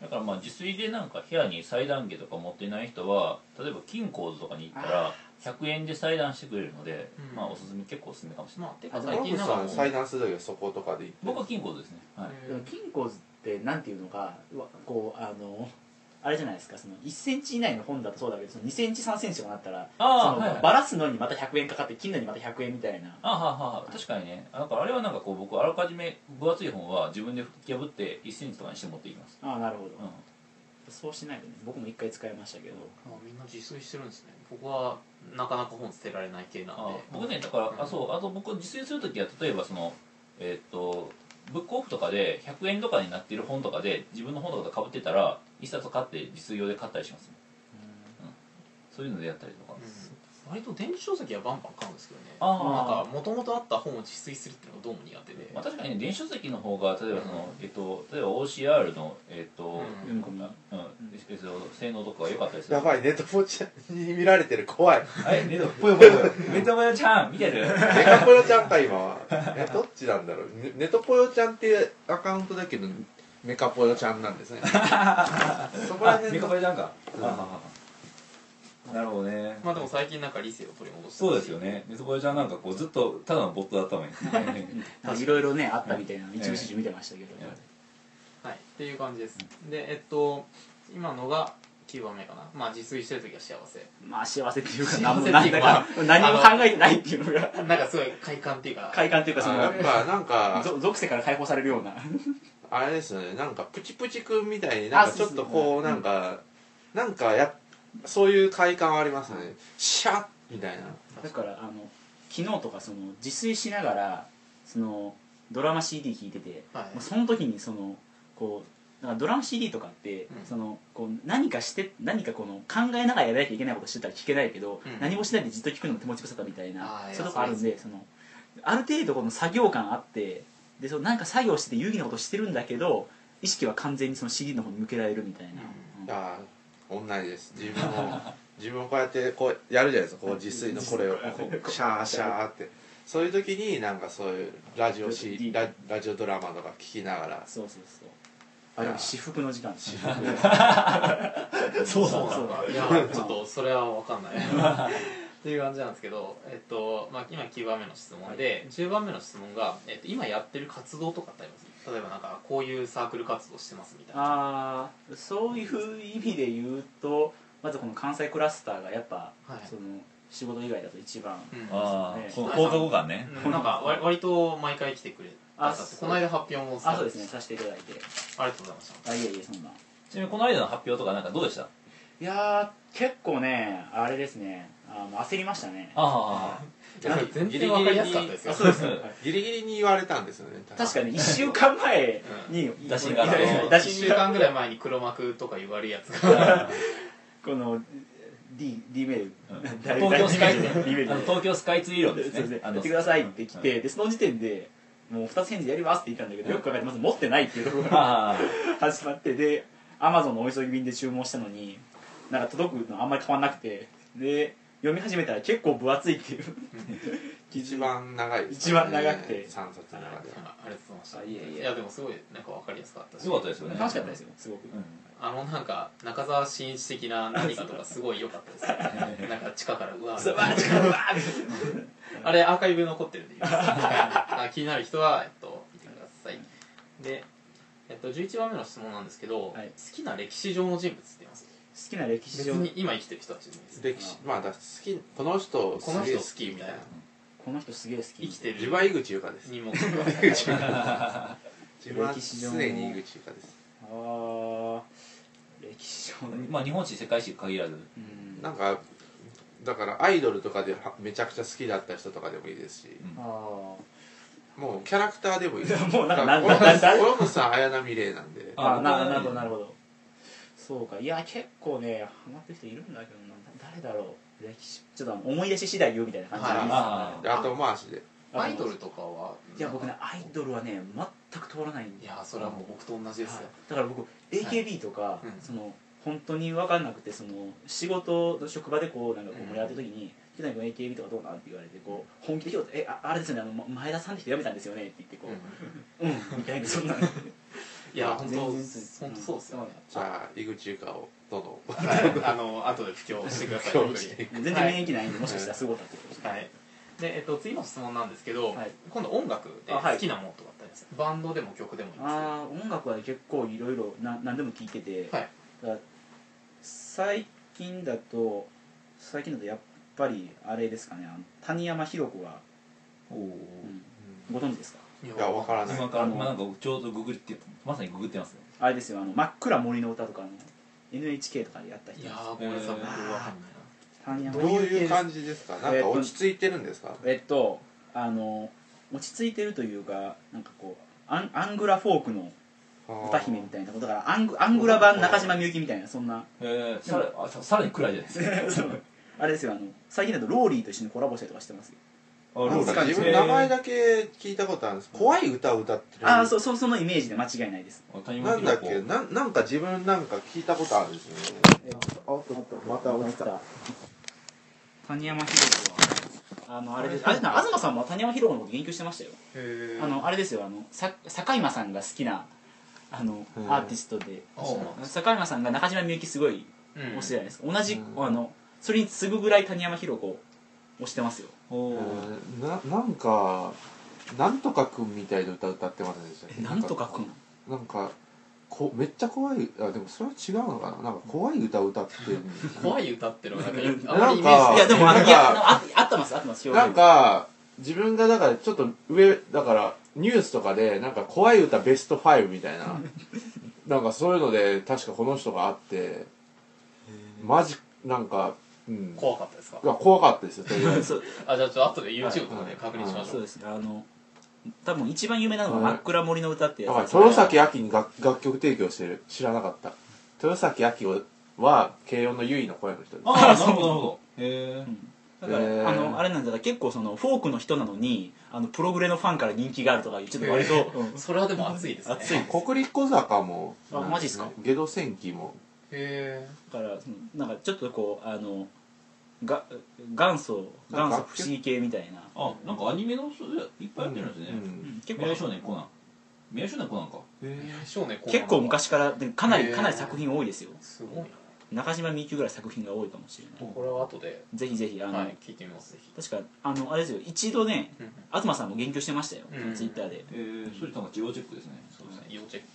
[SPEAKER 2] だからまあ自炊でなんか部屋に裁断機とか持ってない人は例えば金工図とかに行ったら100円で裁断してくれるので、
[SPEAKER 4] うん
[SPEAKER 2] まあおすすめ結構おすすめかもしれない
[SPEAKER 4] まあてか最
[SPEAKER 1] ロ
[SPEAKER 4] 近
[SPEAKER 1] ブ
[SPEAKER 4] なんか
[SPEAKER 1] さ
[SPEAKER 4] も
[SPEAKER 1] ん
[SPEAKER 4] う
[SPEAKER 1] 裁断する時はそことかで行って
[SPEAKER 2] 僕は金工図ですね、はい
[SPEAKER 3] でも金庫ってなんていうのかうわこうあのあれじゃないですかその1センチ以内の本だとそうだけどその2センチ3センチとかなったら
[SPEAKER 2] あー
[SPEAKER 3] その
[SPEAKER 2] はいはい
[SPEAKER 3] ばらすのにまた100円かかって切るのにまた100円みたいな
[SPEAKER 2] あははは確かにねだからあれはなんかこう僕あらかじめ分厚い本は自分で吹き破って1センチとかにして持っていきます、
[SPEAKER 3] ああなるほど、
[SPEAKER 2] うん、
[SPEAKER 3] そうしないとね僕も1回使いましたけど
[SPEAKER 4] あみんな自炊してるんですね僕はなかなか本捨てられない系なん
[SPEAKER 2] あ
[SPEAKER 4] で
[SPEAKER 2] 僕ねだから、
[SPEAKER 4] うん
[SPEAKER 2] あそうあと僕自炊するときは例えばそのえーっとブックオフとかで100円とかになってる本とかで自分の本とかかぶってたら1冊買って自炊用で買ったりしますねそういうのでやったりとか、
[SPEAKER 4] うん割と電子書籍はバンバン買うんですけどね
[SPEAKER 2] あ
[SPEAKER 4] なん
[SPEAKER 2] ー
[SPEAKER 4] かもともとあった本を自炊するっていうのがどうも苦手で
[SPEAKER 2] まあ、確かにね電子書籍の方が例えばその、えっと、例えば OCR の、えっと
[SPEAKER 3] 読
[SPEAKER 4] うん
[SPEAKER 3] み込み
[SPEAKER 2] うんえっと性能とかが良かったりする
[SPEAKER 1] やばいネットポチに見られてる怖い
[SPEAKER 2] あれねぽよぽよぽよメタマヨちゃん見てる
[SPEAKER 1] ネカポヨちゃんか今はえどっちなんだろう
[SPEAKER 4] [LAUGHS]
[SPEAKER 1] ねネトポヨちゃんってアカウントだけどメカポヨちゃんなんです
[SPEAKER 4] [LAUGHS]
[SPEAKER 1] ねそこら
[SPEAKER 2] あ [LAUGHS]
[SPEAKER 1] 辺
[SPEAKER 2] メカ
[SPEAKER 1] の
[SPEAKER 2] バリなんか、
[SPEAKER 1] うん
[SPEAKER 2] ああなるほどね
[SPEAKER 4] まあでも最近なんか理性を取り戻して
[SPEAKER 2] そうですよねメカバリちゃんなんかこうずっとただのボットだったの
[SPEAKER 3] [LAUGHS]
[SPEAKER 2] に
[SPEAKER 3] なんかいろいろねあったみたいなの
[SPEAKER 2] ええ
[SPEAKER 3] 一部始終見てましたけど、
[SPEAKER 2] え
[SPEAKER 4] はいっていう感じですでえっと今のが9番目かなまあ自炊してる時は幸せ
[SPEAKER 3] まあ幸せっていうか
[SPEAKER 4] 幸せ
[SPEAKER 3] 何も
[SPEAKER 4] っ
[SPEAKER 3] な
[SPEAKER 4] て
[SPEAKER 3] ん
[SPEAKER 4] いうか
[SPEAKER 3] だか何も考えてないっていうのが
[SPEAKER 4] なんかすごい快感っていうか
[SPEAKER 3] [LAUGHS] 快感っていうかそ
[SPEAKER 1] あやっ
[SPEAKER 3] の
[SPEAKER 1] ぱなんか
[SPEAKER 3] ぞ属性から解放されるような
[SPEAKER 1] あれですよねなんかプチプチくんみたいになん
[SPEAKER 3] あ
[SPEAKER 1] かち
[SPEAKER 3] そう
[SPEAKER 1] ょ
[SPEAKER 3] そ
[SPEAKER 1] っ
[SPEAKER 3] う
[SPEAKER 1] とこうなんかなんかやそういう快感はありますねシャッみたいな
[SPEAKER 3] [LAUGHS] だからあの昨日とかその自炊しながらそのドラマ CD 聴いてて、
[SPEAKER 4] はい
[SPEAKER 3] もうその時にそのこうなんかドラマ CD とかって、
[SPEAKER 4] うん
[SPEAKER 3] そのこう何かして何かこの考えながらやらなきゃいけないことしてたら聞けないけど、
[SPEAKER 4] うん
[SPEAKER 3] 何もしないでじっと聞くのも手持ちくさかったみたいな
[SPEAKER 4] あーいや
[SPEAKER 3] そういうとこあるんでそのある程度この作業感あってでそのなんか作業してて有意義なことしてるんだけど意識は完全にその CD の方に向けられるみたいな、うん
[SPEAKER 1] ああ同じです自分も [LAUGHS] 自分もこうやってこうやるじゃないですかこう自炊のこれをこうシャーシャーってそういう時になんかそういうラジオしララジオドラマとか聞きながら [LAUGHS]
[SPEAKER 3] そうそうそうあでも私服の時間私
[SPEAKER 1] 服
[SPEAKER 2] そう
[SPEAKER 4] そ
[SPEAKER 2] な
[SPEAKER 4] うん
[SPEAKER 2] だ
[SPEAKER 4] なんだいやちょっとそれは分かんないっていう感じなんですけど、えっとまあ、今9番目の質問で、10番目の質問が、えっと、今やってる活動とかってあります例えばなんかこういうサークル活動してますみたいな
[SPEAKER 3] あーそういう意味で言うとまずこの関西クラスターがやっぱ、
[SPEAKER 4] はい
[SPEAKER 3] その仕事以外だと一番、
[SPEAKER 4] うん
[SPEAKER 2] あ
[SPEAKER 3] ね
[SPEAKER 2] あこの放課後感ね
[SPEAKER 4] うんなんか割割と毎回来てくれた
[SPEAKER 3] あ
[SPEAKER 4] ってこの間発表もさ
[SPEAKER 3] あそうですねさせていただいて
[SPEAKER 4] ありがとうございました
[SPEAKER 3] あいえいえそんな
[SPEAKER 2] ちなみにこの間の発表とかなんかどうでした
[SPEAKER 3] いやー結構ねあれですねあの焦りましたね
[SPEAKER 2] あ
[SPEAKER 4] いやそれ全
[SPEAKER 1] ギリギ
[SPEAKER 4] 然
[SPEAKER 1] リ
[SPEAKER 4] 分かりやすかったです
[SPEAKER 3] あ
[SPEAKER 4] よ [LAUGHS]
[SPEAKER 3] そうですね
[SPEAKER 1] ギリギリに言われたんですよね
[SPEAKER 3] [LAUGHS] 確かに1週間前に
[SPEAKER 2] ん打診があった
[SPEAKER 3] いや
[SPEAKER 4] 1
[SPEAKER 3] 打診
[SPEAKER 4] 週
[SPEAKER 3] が
[SPEAKER 4] 間ぐらい前に黒幕とか言われるやつが
[SPEAKER 3] この D, D メール
[SPEAKER 2] うん
[SPEAKER 3] [LAUGHS] 誰
[SPEAKER 2] 東京スカイツ
[SPEAKER 3] 誰 D メ
[SPEAKER 2] リ
[SPEAKER 3] ール
[SPEAKER 2] ーあの東京スカイツリー論です
[SPEAKER 3] そうですね
[SPEAKER 2] ねあ
[SPEAKER 3] やっ
[SPEAKER 2] の
[SPEAKER 3] てくださいって来てでその時点でもう2つ返事やりますって言ったんだけどよく考えてまず持ってないっていうところ
[SPEAKER 2] うん
[SPEAKER 3] が
[SPEAKER 2] ああ
[SPEAKER 3] 始まってでアマゾンのお急ぎ便で注文したのになんか届くのあんまり変わんなくてで読み始めたら結構分厚いっていう
[SPEAKER 1] 一番長いです
[SPEAKER 3] 一番長く
[SPEAKER 1] 3
[SPEAKER 3] て
[SPEAKER 1] 冊の中で
[SPEAKER 4] ありがとうございました
[SPEAKER 3] あいえいえ
[SPEAKER 4] やでもすごいなんか分かりやすかったし
[SPEAKER 2] すごかったですよね
[SPEAKER 3] 楽しかったですよすごく
[SPEAKER 2] うん
[SPEAKER 4] あのなんか中澤真一的な何かとかすごい良かったですよねなんか地下からうわ
[SPEAKER 3] そうわー力うわーみたいな
[SPEAKER 4] あれアーカイブ残ってるんで言いますあ気になる人は、えっと、見てくださいで、えっと、11番目の質問なんですけど、
[SPEAKER 3] はい
[SPEAKER 4] 好きな歴史上の人物って言います
[SPEAKER 3] 好きな歴史
[SPEAKER 4] 別
[SPEAKER 3] 上
[SPEAKER 4] に今生きてる人たちでもいいです
[SPEAKER 1] 歴史まあだから好きこの人
[SPEAKER 4] この人好
[SPEAKER 1] すげ
[SPEAKER 4] き
[SPEAKER 1] え
[SPEAKER 4] みたいな
[SPEAKER 3] この人すげえ好
[SPEAKER 4] 生
[SPEAKER 3] き
[SPEAKER 4] きてる
[SPEAKER 1] 自分は井口優香です
[SPEAKER 4] にも
[SPEAKER 1] 自分は
[SPEAKER 3] 歴史上
[SPEAKER 1] 常
[SPEAKER 3] の
[SPEAKER 1] に井口優香です
[SPEAKER 3] あー歴史上の
[SPEAKER 2] うんまあ日本史世界史限らず
[SPEAKER 3] うん
[SPEAKER 1] なんかだからアイドルとかではめちゃくちゃ好きだった人とかでもいいですし、
[SPEAKER 3] あー
[SPEAKER 1] もうキャラクターでもいいです
[SPEAKER 3] [LAUGHS] もうなんかなん
[SPEAKER 1] だ
[SPEAKER 3] なんだ
[SPEAKER 1] ら俺もさ綾波レイなんで
[SPEAKER 2] あ
[SPEAKER 3] あな
[SPEAKER 2] 僕は
[SPEAKER 3] なるほどなるほどそうかいや結構ねハマってる人いるんだけどな誰だろう歴史ちょっと思い出し次第言うみたいな感じでいいですかね
[SPEAKER 2] あ
[SPEAKER 1] で後回しで
[SPEAKER 3] あ
[SPEAKER 4] アイドルとかはい
[SPEAKER 3] や僕ねアイドルはね全く通らないん
[SPEAKER 4] い
[SPEAKER 3] で
[SPEAKER 4] やそれはもう僕と同じですよ、
[SPEAKER 3] だから僕 AKB とか、
[SPEAKER 4] うん
[SPEAKER 3] その本当に分かんなくてその仕事の職場でこうなんかこう盛り上がってる時に「ひな君 AKB とかどうなん?」って言われてこう本気で言うと「えああれですよねあのま前田さんって人辞めたんですよね」って言ってこう「うん」みたいなそんな
[SPEAKER 4] いや本当
[SPEAKER 3] 全
[SPEAKER 4] 本
[SPEAKER 3] 然
[SPEAKER 4] 当そうですよね
[SPEAKER 1] じゃあ井口優香をどの
[SPEAKER 4] はいあの後で布教してください
[SPEAKER 1] 布教
[SPEAKER 4] [LAUGHS]
[SPEAKER 1] して
[SPEAKER 3] 全然免疫ないんでもしかしたらすごかったってことですね
[SPEAKER 4] はいでえっと、次の質問なんですけど、
[SPEAKER 3] はい
[SPEAKER 4] 今度音楽で
[SPEAKER 3] あはい
[SPEAKER 4] 好きなものとかってありますか、バンドでも曲でもいいんですけど
[SPEAKER 3] あー音楽は結構いろいろな何でも聴いてて、
[SPEAKER 4] はい
[SPEAKER 3] だから最近だと最近だとやっぱりあれですかねあの谷山ひろ子が、
[SPEAKER 2] おお
[SPEAKER 3] うんご存知ですか
[SPEAKER 4] い
[SPEAKER 1] いやわからない
[SPEAKER 2] 今から今なんかちょうどググってまさにググってますね
[SPEAKER 3] あれですよあの真っ暗森の歌とかの NHK とかでやった人
[SPEAKER 4] い
[SPEAKER 3] で
[SPEAKER 4] や
[SPEAKER 3] す
[SPEAKER 4] ーごめんなさい、僕わかんない
[SPEAKER 3] 谷
[SPEAKER 1] ど
[SPEAKER 3] 山
[SPEAKER 1] ういう感じですかなん
[SPEAKER 3] えー
[SPEAKER 1] か
[SPEAKER 3] と
[SPEAKER 1] 落ち着いてるんですか
[SPEAKER 3] えっとあの落ち着いてるというかなんかこうアンアングラフォークの歌姫みたいなことだからアングアングラ版中島みゆきみたいなそんな
[SPEAKER 2] えーさらあささらに暗いじゃないですか
[SPEAKER 3] そうあれですよあの最近だとローリーと一緒にコラボしたりとかしてますよ
[SPEAKER 2] あ
[SPEAKER 1] なんか自分の名前だけ聞いたことあるんです怖い歌を歌ってる
[SPEAKER 3] ああそうそうそのイメージで間違いないです
[SPEAKER 2] 谷
[SPEAKER 1] な
[SPEAKER 2] 本
[SPEAKER 1] んだっ
[SPEAKER 2] 博
[SPEAKER 1] けなんなんか自分なんか聞いたことあるんですよねまた落ちた
[SPEAKER 3] 谷山ひろ子はあのあれですあれな東さんも谷山ひろ子のこと言及してましたよ
[SPEAKER 4] へー
[SPEAKER 3] あのあれですよあのさ堺間さんが好きなあの
[SPEAKER 1] へー
[SPEAKER 3] アーティストで
[SPEAKER 4] あそうなん
[SPEAKER 3] 堺間さんが中島みゆきすごい
[SPEAKER 4] うん
[SPEAKER 3] 推してじゃないですか同じ
[SPEAKER 1] うん
[SPEAKER 3] あのそれに次ぐぐらい谷山ひろ子推してますよ
[SPEAKER 2] お
[SPEAKER 3] [LAUGHS]
[SPEAKER 1] え
[SPEAKER 2] ー
[SPEAKER 1] ーななんかなんとかくんみたいな歌歌ってませんでしたっけ
[SPEAKER 3] なんとかくん
[SPEAKER 1] なんかこめっちゃ怖いあでもそれは違うのかななんか怖い歌歌って
[SPEAKER 3] [LAUGHS]
[SPEAKER 4] 怖い歌ってのはなんかよ [LAUGHS] くあんま
[SPEAKER 1] な
[SPEAKER 4] り
[SPEAKER 1] ん
[SPEAKER 4] イメー
[SPEAKER 1] か
[SPEAKER 4] ジ
[SPEAKER 3] いやでもあ
[SPEAKER 1] な
[SPEAKER 3] の
[SPEAKER 1] ん
[SPEAKER 3] いやあ
[SPEAKER 1] か
[SPEAKER 3] のあ合ってます合ってます表現
[SPEAKER 1] なんか自分がだからちょっと上だからニュースとかでなんか怖い歌ベスト5みたい
[SPEAKER 3] [LAUGHS]
[SPEAKER 1] ななんかそういうので確かこの人があってマジなんかうん
[SPEAKER 4] 怖かったですか
[SPEAKER 1] いや怖かったですよとりあえず
[SPEAKER 3] そう
[SPEAKER 4] あじゃあちょっと後で YouTube とかで確認しまし
[SPEAKER 3] そ
[SPEAKER 4] ょ
[SPEAKER 3] う
[SPEAKER 4] う
[SPEAKER 3] ですねあの多分一番有名なのが「真っ暗森の歌」ってや
[SPEAKER 1] だ
[SPEAKER 3] つ
[SPEAKER 1] から
[SPEAKER 3] です
[SPEAKER 1] 豊
[SPEAKER 3] よね
[SPEAKER 1] 崎亜希に楽楽曲提供してる知らなかった豊崎亜希は軽音の優位の声の人です
[SPEAKER 2] ああなるほどなるほどへえ
[SPEAKER 3] うん
[SPEAKER 1] え
[SPEAKER 3] あ
[SPEAKER 1] ー
[SPEAKER 3] のあれなんだ結構そのフォークの人なのにあのプログレのファンから人気があるとかいうちょっと割と、うん
[SPEAKER 4] それはでも熱いですね
[SPEAKER 3] 熱い
[SPEAKER 1] 国立小坂も
[SPEAKER 3] あマジっすか
[SPEAKER 1] ゲド戦記も
[SPEAKER 4] へ
[SPEAKER 3] だからそのなんかちょっとこうあのが元祖
[SPEAKER 1] なん
[SPEAKER 3] 元
[SPEAKER 1] か
[SPEAKER 3] 祖不思議系みたいな、
[SPEAKER 2] あなんかアニメのそれいっぱいやってるんですね、
[SPEAKER 3] うん結
[SPEAKER 2] 未来
[SPEAKER 3] 構
[SPEAKER 2] 少年コナン未来少年コナンか
[SPEAKER 4] え少年
[SPEAKER 3] 結構
[SPEAKER 4] 昔
[SPEAKER 3] 昔からでかな
[SPEAKER 4] へ
[SPEAKER 3] り
[SPEAKER 4] ー
[SPEAKER 3] かなり作品多いですよ
[SPEAKER 4] すごいな
[SPEAKER 3] 中島みゆきぐらい作品が多いかもしれない
[SPEAKER 4] これは後で
[SPEAKER 3] ぜひぜひあの、
[SPEAKER 4] はい聞いてみますぜひ
[SPEAKER 3] 確かあのあれですよ一度ね
[SPEAKER 4] うん
[SPEAKER 3] 東さんも言及してましたよ、
[SPEAKER 4] うん
[SPEAKER 3] ツイッターで
[SPEAKER 2] えー、それとなんか要チェックですね
[SPEAKER 4] そうですね要チェック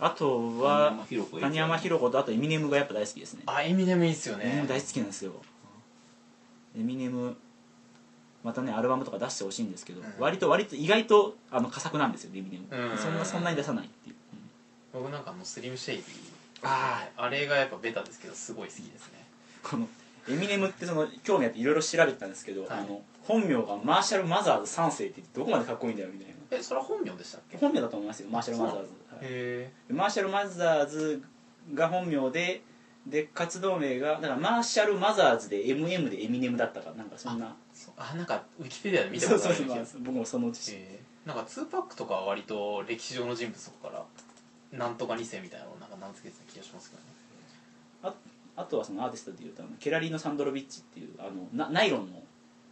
[SPEAKER 3] あとは
[SPEAKER 2] 谷山博子
[SPEAKER 3] 谷山博子とあとエミネムがやっぱ大好きですね
[SPEAKER 4] あエミネムいいっすよ
[SPEAKER 3] エミネ
[SPEAKER 4] ね
[SPEAKER 3] ム大好きなんですよエミネムまたねアルバムとか出してほしいんですけど、
[SPEAKER 4] うん
[SPEAKER 3] 割と割と意外とあの佳作なんですよねエミネム、
[SPEAKER 4] うん
[SPEAKER 3] そんなそんなに出さないっていう、
[SPEAKER 4] 僕なんかあのスリムシェイビー
[SPEAKER 3] あ
[SPEAKER 4] あれがやっぱベタですけどすごい好きですね
[SPEAKER 3] このエミネムってその興味あっていろいろ調べてたんですけど、
[SPEAKER 4] はい
[SPEAKER 3] あの本名がマーシャル・マザーズ3世ってどこまでかっこいいんだよみたいな
[SPEAKER 4] えそれは本名でしたっけへ
[SPEAKER 3] 本名だと思いますよマーシャル・マザーズ、はい
[SPEAKER 4] え
[SPEAKER 3] マーシャル・マザーズが本名でで活動名がだからマーシャル・マザーズで MM でエミネムだったかなんかそんな
[SPEAKER 4] あなんかウィキペディアで見たことある
[SPEAKER 3] そうそ
[SPEAKER 4] 気
[SPEAKER 3] うそ
[SPEAKER 4] が
[SPEAKER 3] う
[SPEAKER 4] す
[SPEAKER 3] 僕もそのうち知っ
[SPEAKER 4] る
[SPEAKER 3] て
[SPEAKER 4] へーなんかツーパックとかは割と歴史上の人物とかからなんとか2世みたいなのをなんか名付けてた気がしますけどね
[SPEAKER 3] あとはそのアーティストでいうとあのケラリーノ・サンドロビッチっていうあのなナイロンの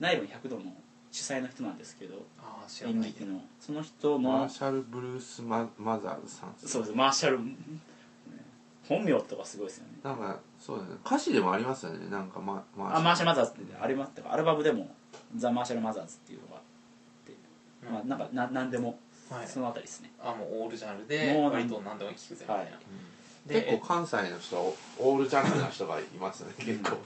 [SPEAKER 3] ナイロン100度の主催の人なんですけど
[SPEAKER 4] ああ知ら
[SPEAKER 3] 演
[SPEAKER 4] ない
[SPEAKER 3] 劇のその人
[SPEAKER 1] マー
[SPEAKER 3] の
[SPEAKER 1] シャル・ブルース・ママザーズさん
[SPEAKER 3] そうですマーシャル本名とかすごいですよね
[SPEAKER 1] なんかそうだね歌詞でもありますよねなんかママ
[SPEAKER 3] あマーシャル・マザーズってあれもあったかアルバムでも「ザ・マーシャル・マザーズ」っていうのがあって、
[SPEAKER 4] うん
[SPEAKER 3] まあなんかななんでも
[SPEAKER 4] はい
[SPEAKER 3] そのあたりですね
[SPEAKER 4] あもうオールジャンルで
[SPEAKER 3] もうなん
[SPEAKER 4] 割と何でも聞くぜみたいな、
[SPEAKER 3] はい
[SPEAKER 1] 結
[SPEAKER 4] で
[SPEAKER 1] 構関西の人はオールジャンルな人がいますね結構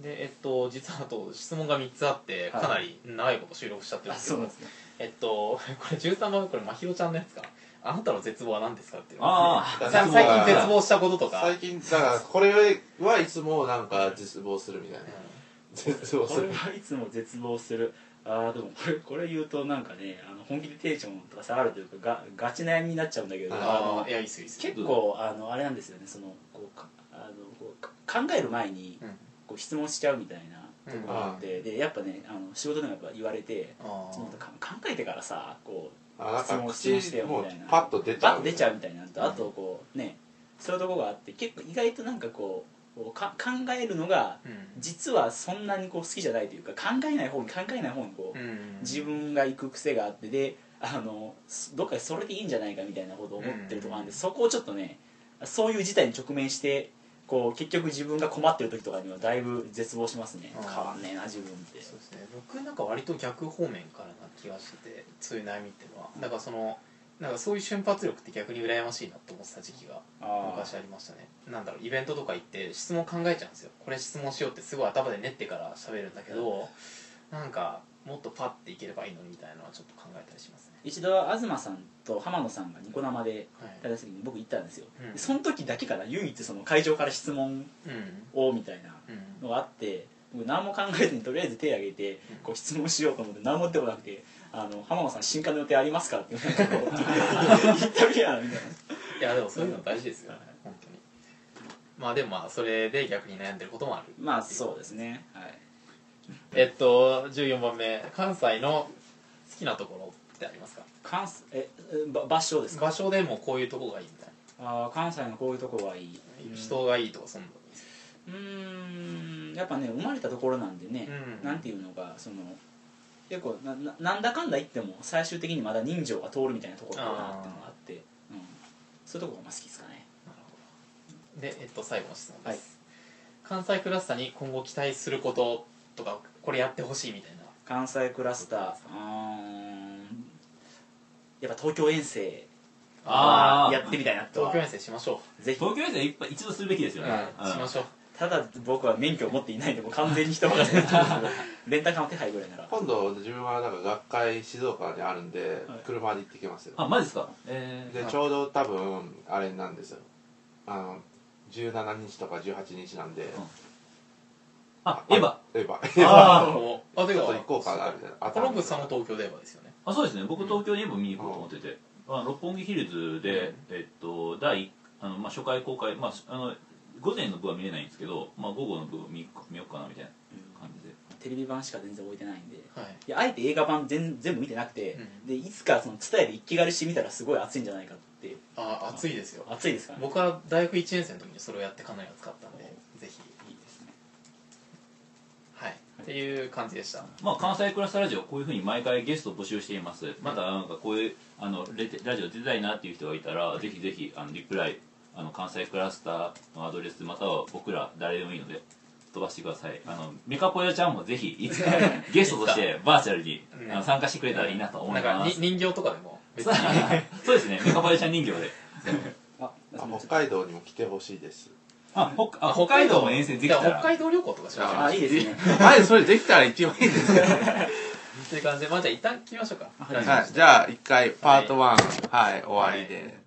[SPEAKER 4] でえっと実はあと質問が3つあって
[SPEAKER 3] はい
[SPEAKER 4] かなり長いこと収録しちゃってる
[SPEAKER 3] あ
[SPEAKER 4] んですけ
[SPEAKER 3] そう
[SPEAKER 4] ど、
[SPEAKER 3] なんですね
[SPEAKER 4] えっと [LAUGHS] これ13番目これまひろちゃんのやつかあなたの絶望は何ですかっていうの
[SPEAKER 2] あ
[SPEAKER 1] あ
[SPEAKER 4] さ最近絶望したこととか
[SPEAKER 1] 最近だからこれはいつもなんか絶望するみたいな絶望
[SPEAKER 3] こ
[SPEAKER 1] す
[SPEAKER 3] れ
[SPEAKER 1] る
[SPEAKER 3] はいつも絶望するあーでもこれこれ言うとなんかねあの本気でテンションとか下がるというかがガチ悩みになっちゃうんだけど
[SPEAKER 1] あー
[SPEAKER 3] あの
[SPEAKER 4] ああいやいいっすよいいっすよ
[SPEAKER 3] 結構あのあれなんですよねそのこうかあのこうか考える前に
[SPEAKER 4] うん
[SPEAKER 3] こう質問しちゃうみたいな
[SPEAKER 4] うん
[SPEAKER 3] ところがあって、でやっぱねあの仕事でもやっぱ言われて
[SPEAKER 4] あ
[SPEAKER 3] ちょっとか考えてからさこう
[SPEAKER 1] あなん
[SPEAKER 3] 質
[SPEAKER 1] か
[SPEAKER 3] 問
[SPEAKER 1] 口
[SPEAKER 3] してよ
[SPEAKER 1] もう
[SPEAKER 3] みたいな
[SPEAKER 1] パッと出ち
[SPEAKER 3] バッ
[SPEAKER 1] ゃう
[SPEAKER 3] と出ちゃうみたいなのとあとこうねそういうとこがあって結構意外となんかこうこうか考えるのが
[SPEAKER 4] ー
[SPEAKER 3] 実はそんなにこう好きじゃないというか考えない方に考えない方にこう、
[SPEAKER 4] うん、
[SPEAKER 3] 自分が行く癖があってであのすどっかでそれでいいんじゃないかみたいなことを思ってるところなんで、
[SPEAKER 4] うん
[SPEAKER 3] そこをちょっとねそういう事態に直面してこう結局自分が困ってる時とかにはだいぶ絶望しますね
[SPEAKER 4] あー
[SPEAKER 3] 変わんねえな自分って
[SPEAKER 4] そうですね僕なんか割と逆方面からな気がしててそういう悩みっていうのはだからそのなんかそういう瞬発力って逆に羨ましいなと思ってた時期が
[SPEAKER 3] あ
[SPEAKER 4] 昔ありましたねなんだろうイベントとか行って質問考えちゃうんですよこれ質問しようってすごい頭で練ってから喋るんだけどなんかもっとパッていければいいのにみたいなのはちょっと考えたりしますね
[SPEAKER 3] 一度は東さんと浜野さんがニコ生で
[SPEAKER 4] は
[SPEAKER 3] や
[SPEAKER 4] い
[SPEAKER 3] った時に僕行ったんですよ、
[SPEAKER 4] うん
[SPEAKER 3] でその時だけかな唯一その会場から質問
[SPEAKER 4] うん
[SPEAKER 3] をみたいな
[SPEAKER 4] うん
[SPEAKER 3] のがあって僕何も考えずにとりあえず手挙げてこう質問しようと思って何も出てこなくて「あの浜野さん新刊の予定ありますか?」ってなんかこう言ったみたいなみたい
[SPEAKER 4] いやでもそういうの大事ですよね
[SPEAKER 3] はい
[SPEAKER 4] 本当にまあでもまあそれで逆に悩んでることもある
[SPEAKER 3] なまあそうですねはい
[SPEAKER 4] えっと14番目関西の好きなところってありますか
[SPEAKER 3] 関西ええば場所ですか
[SPEAKER 4] 場所でもこういうとこがいいみたい
[SPEAKER 3] あー関西のこういうとこがいい
[SPEAKER 4] な人がいいとかそんなの
[SPEAKER 3] うーんやっぱね生まれたところなんでね、
[SPEAKER 4] うん
[SPEAKER 3] なんていうのがその結構なななんだかんだ言っても最終的にまだ人情が通るみたいなところだなっていうのがあってうん、そういうところがまあ好きですかね
[SPEAKER 4] なるほどで、えっと、最後の質問です、関西クラスターに今後期待することとかこれやってほしいみたいな
[SPEAKER 3] 関西クラスターうーんやっぱ東京遠征
[SPEAKER 2] あー
[SPEAKER 3] やってみたいなと
[SPEAKER 4] 東京
[SPEAKER 3] は
[SPEAKER 4] 遠征しましょ
[SPEAKER 3] ぜひ
[SPEAKER 2] 東京遠征いっぱい一度するべきです
[SPEAKER 4] う、
[SPEAKER 2] よね、
[SPEAKER 4] はいしましょう
[SPEAKER 3] ただ僕は免許を持っていないんでもう完全に人任
[SPEAKER 4] [LAUGHS]
[SPEAKER 3] せですけどレンタカーの手配ぐらいなら
[SPEAKER 1] 今度自分はなんか学会静岡にあるんで
[SPEAKER 3] はい
[SPEAKER 1] 車で行ってきますよ
[SPEAKER 2] あマジですかえー
[SPEAKER 1] でちょうど多分あれなんですよあの17日とか18日なんで
[SPEAKER 2] あエヴァ
[SPEAKER 1] エヴァ
[SPEAKER 2] あー
[SPEAKER 4] おあ
[SPEAKER 1] ち
[SPEAKER 4] で
[SPEAKER 1] ょっ
[SPEAKER 4] は
[SPEAKER 1] と行こうかなみたいな
[SPEAKER 4] コロンブスさんも東京ではですよね
[SPEAKER 2] あそうですね僕東京にエヴァ見に行こうと思ってて、まあ、六本木ヒルズで、えっと第一あの、まあ、初回公開、まあ、あの午前の部は見れないんですけど、まあ、午後の部見見ようかなみたいな感じで
[SPEAKER 3] テレビ版しか全然置いてないんで
[SPEAKER 4] はい
[SPEAKER 3] いやあえて映画版全全部見てなくて、
[SPEAKER 4] うん
[SPEAKER 3] でいつかその伝えで一気狩りしてみたらすごい熱いんじゃないかって
[SPEAKER 4] あ暑いですよ
[SPEAKER 3] 熱いですからね
[SPEAKER 4] 僕は大学1年生の時にそれをやってかなり熱かったんでぜひ
[SPEAKER 3] いいですね
[SPEAKER 4] はいっていう感じでした
[SPEAKER 2] まあ、関西クラスタラジオはこういうふうに毎回ゲストを募集していますまたなんかこういうあのレテラジオ出たいなっていう人がいたらぜひぜひあのリプライあの関西クラスターのアドレスまたは僕ら誰でもいいので飛ばしてくださいあのメカポヤちゃんもぜひいつかゲストとしてバーチャルに
[SPEAKER 4] うん
[SPEAKER 2] あの参加してくれたらいいなと思
[SPEAKER 4] ないんか
[SPEAKER 2] ま
[SPEAKER 4] に
[SPEAKER 2] す
[SPEAKER 4] 人形とかでも別
[SPEAKER 2] そう
[SPEAKER 4] に
[SPEAKER 2] [LAUGHS] そうですねメカポヤちゃん人形で
[SPEAKER 3] あ
[SPEAKER 1] あ北海道にも来てほしいです
[SPEAKER 2] あ北あ北海道も遠征できた
[SPEAKER 4] じゃあ
[SPEAKER 2] ら
[SPEAKER 4] 北海道旅行とかしましょう
[SPEAKER 3] あいいですね
[SPEAKER 1] はいそれできたら一番いいです
[SPEAKER 4] っていう感じでまあじゃあ一旦聞きましょうか
[SPEAKER 1] はいじゃあ一回パート1はい、終わりで、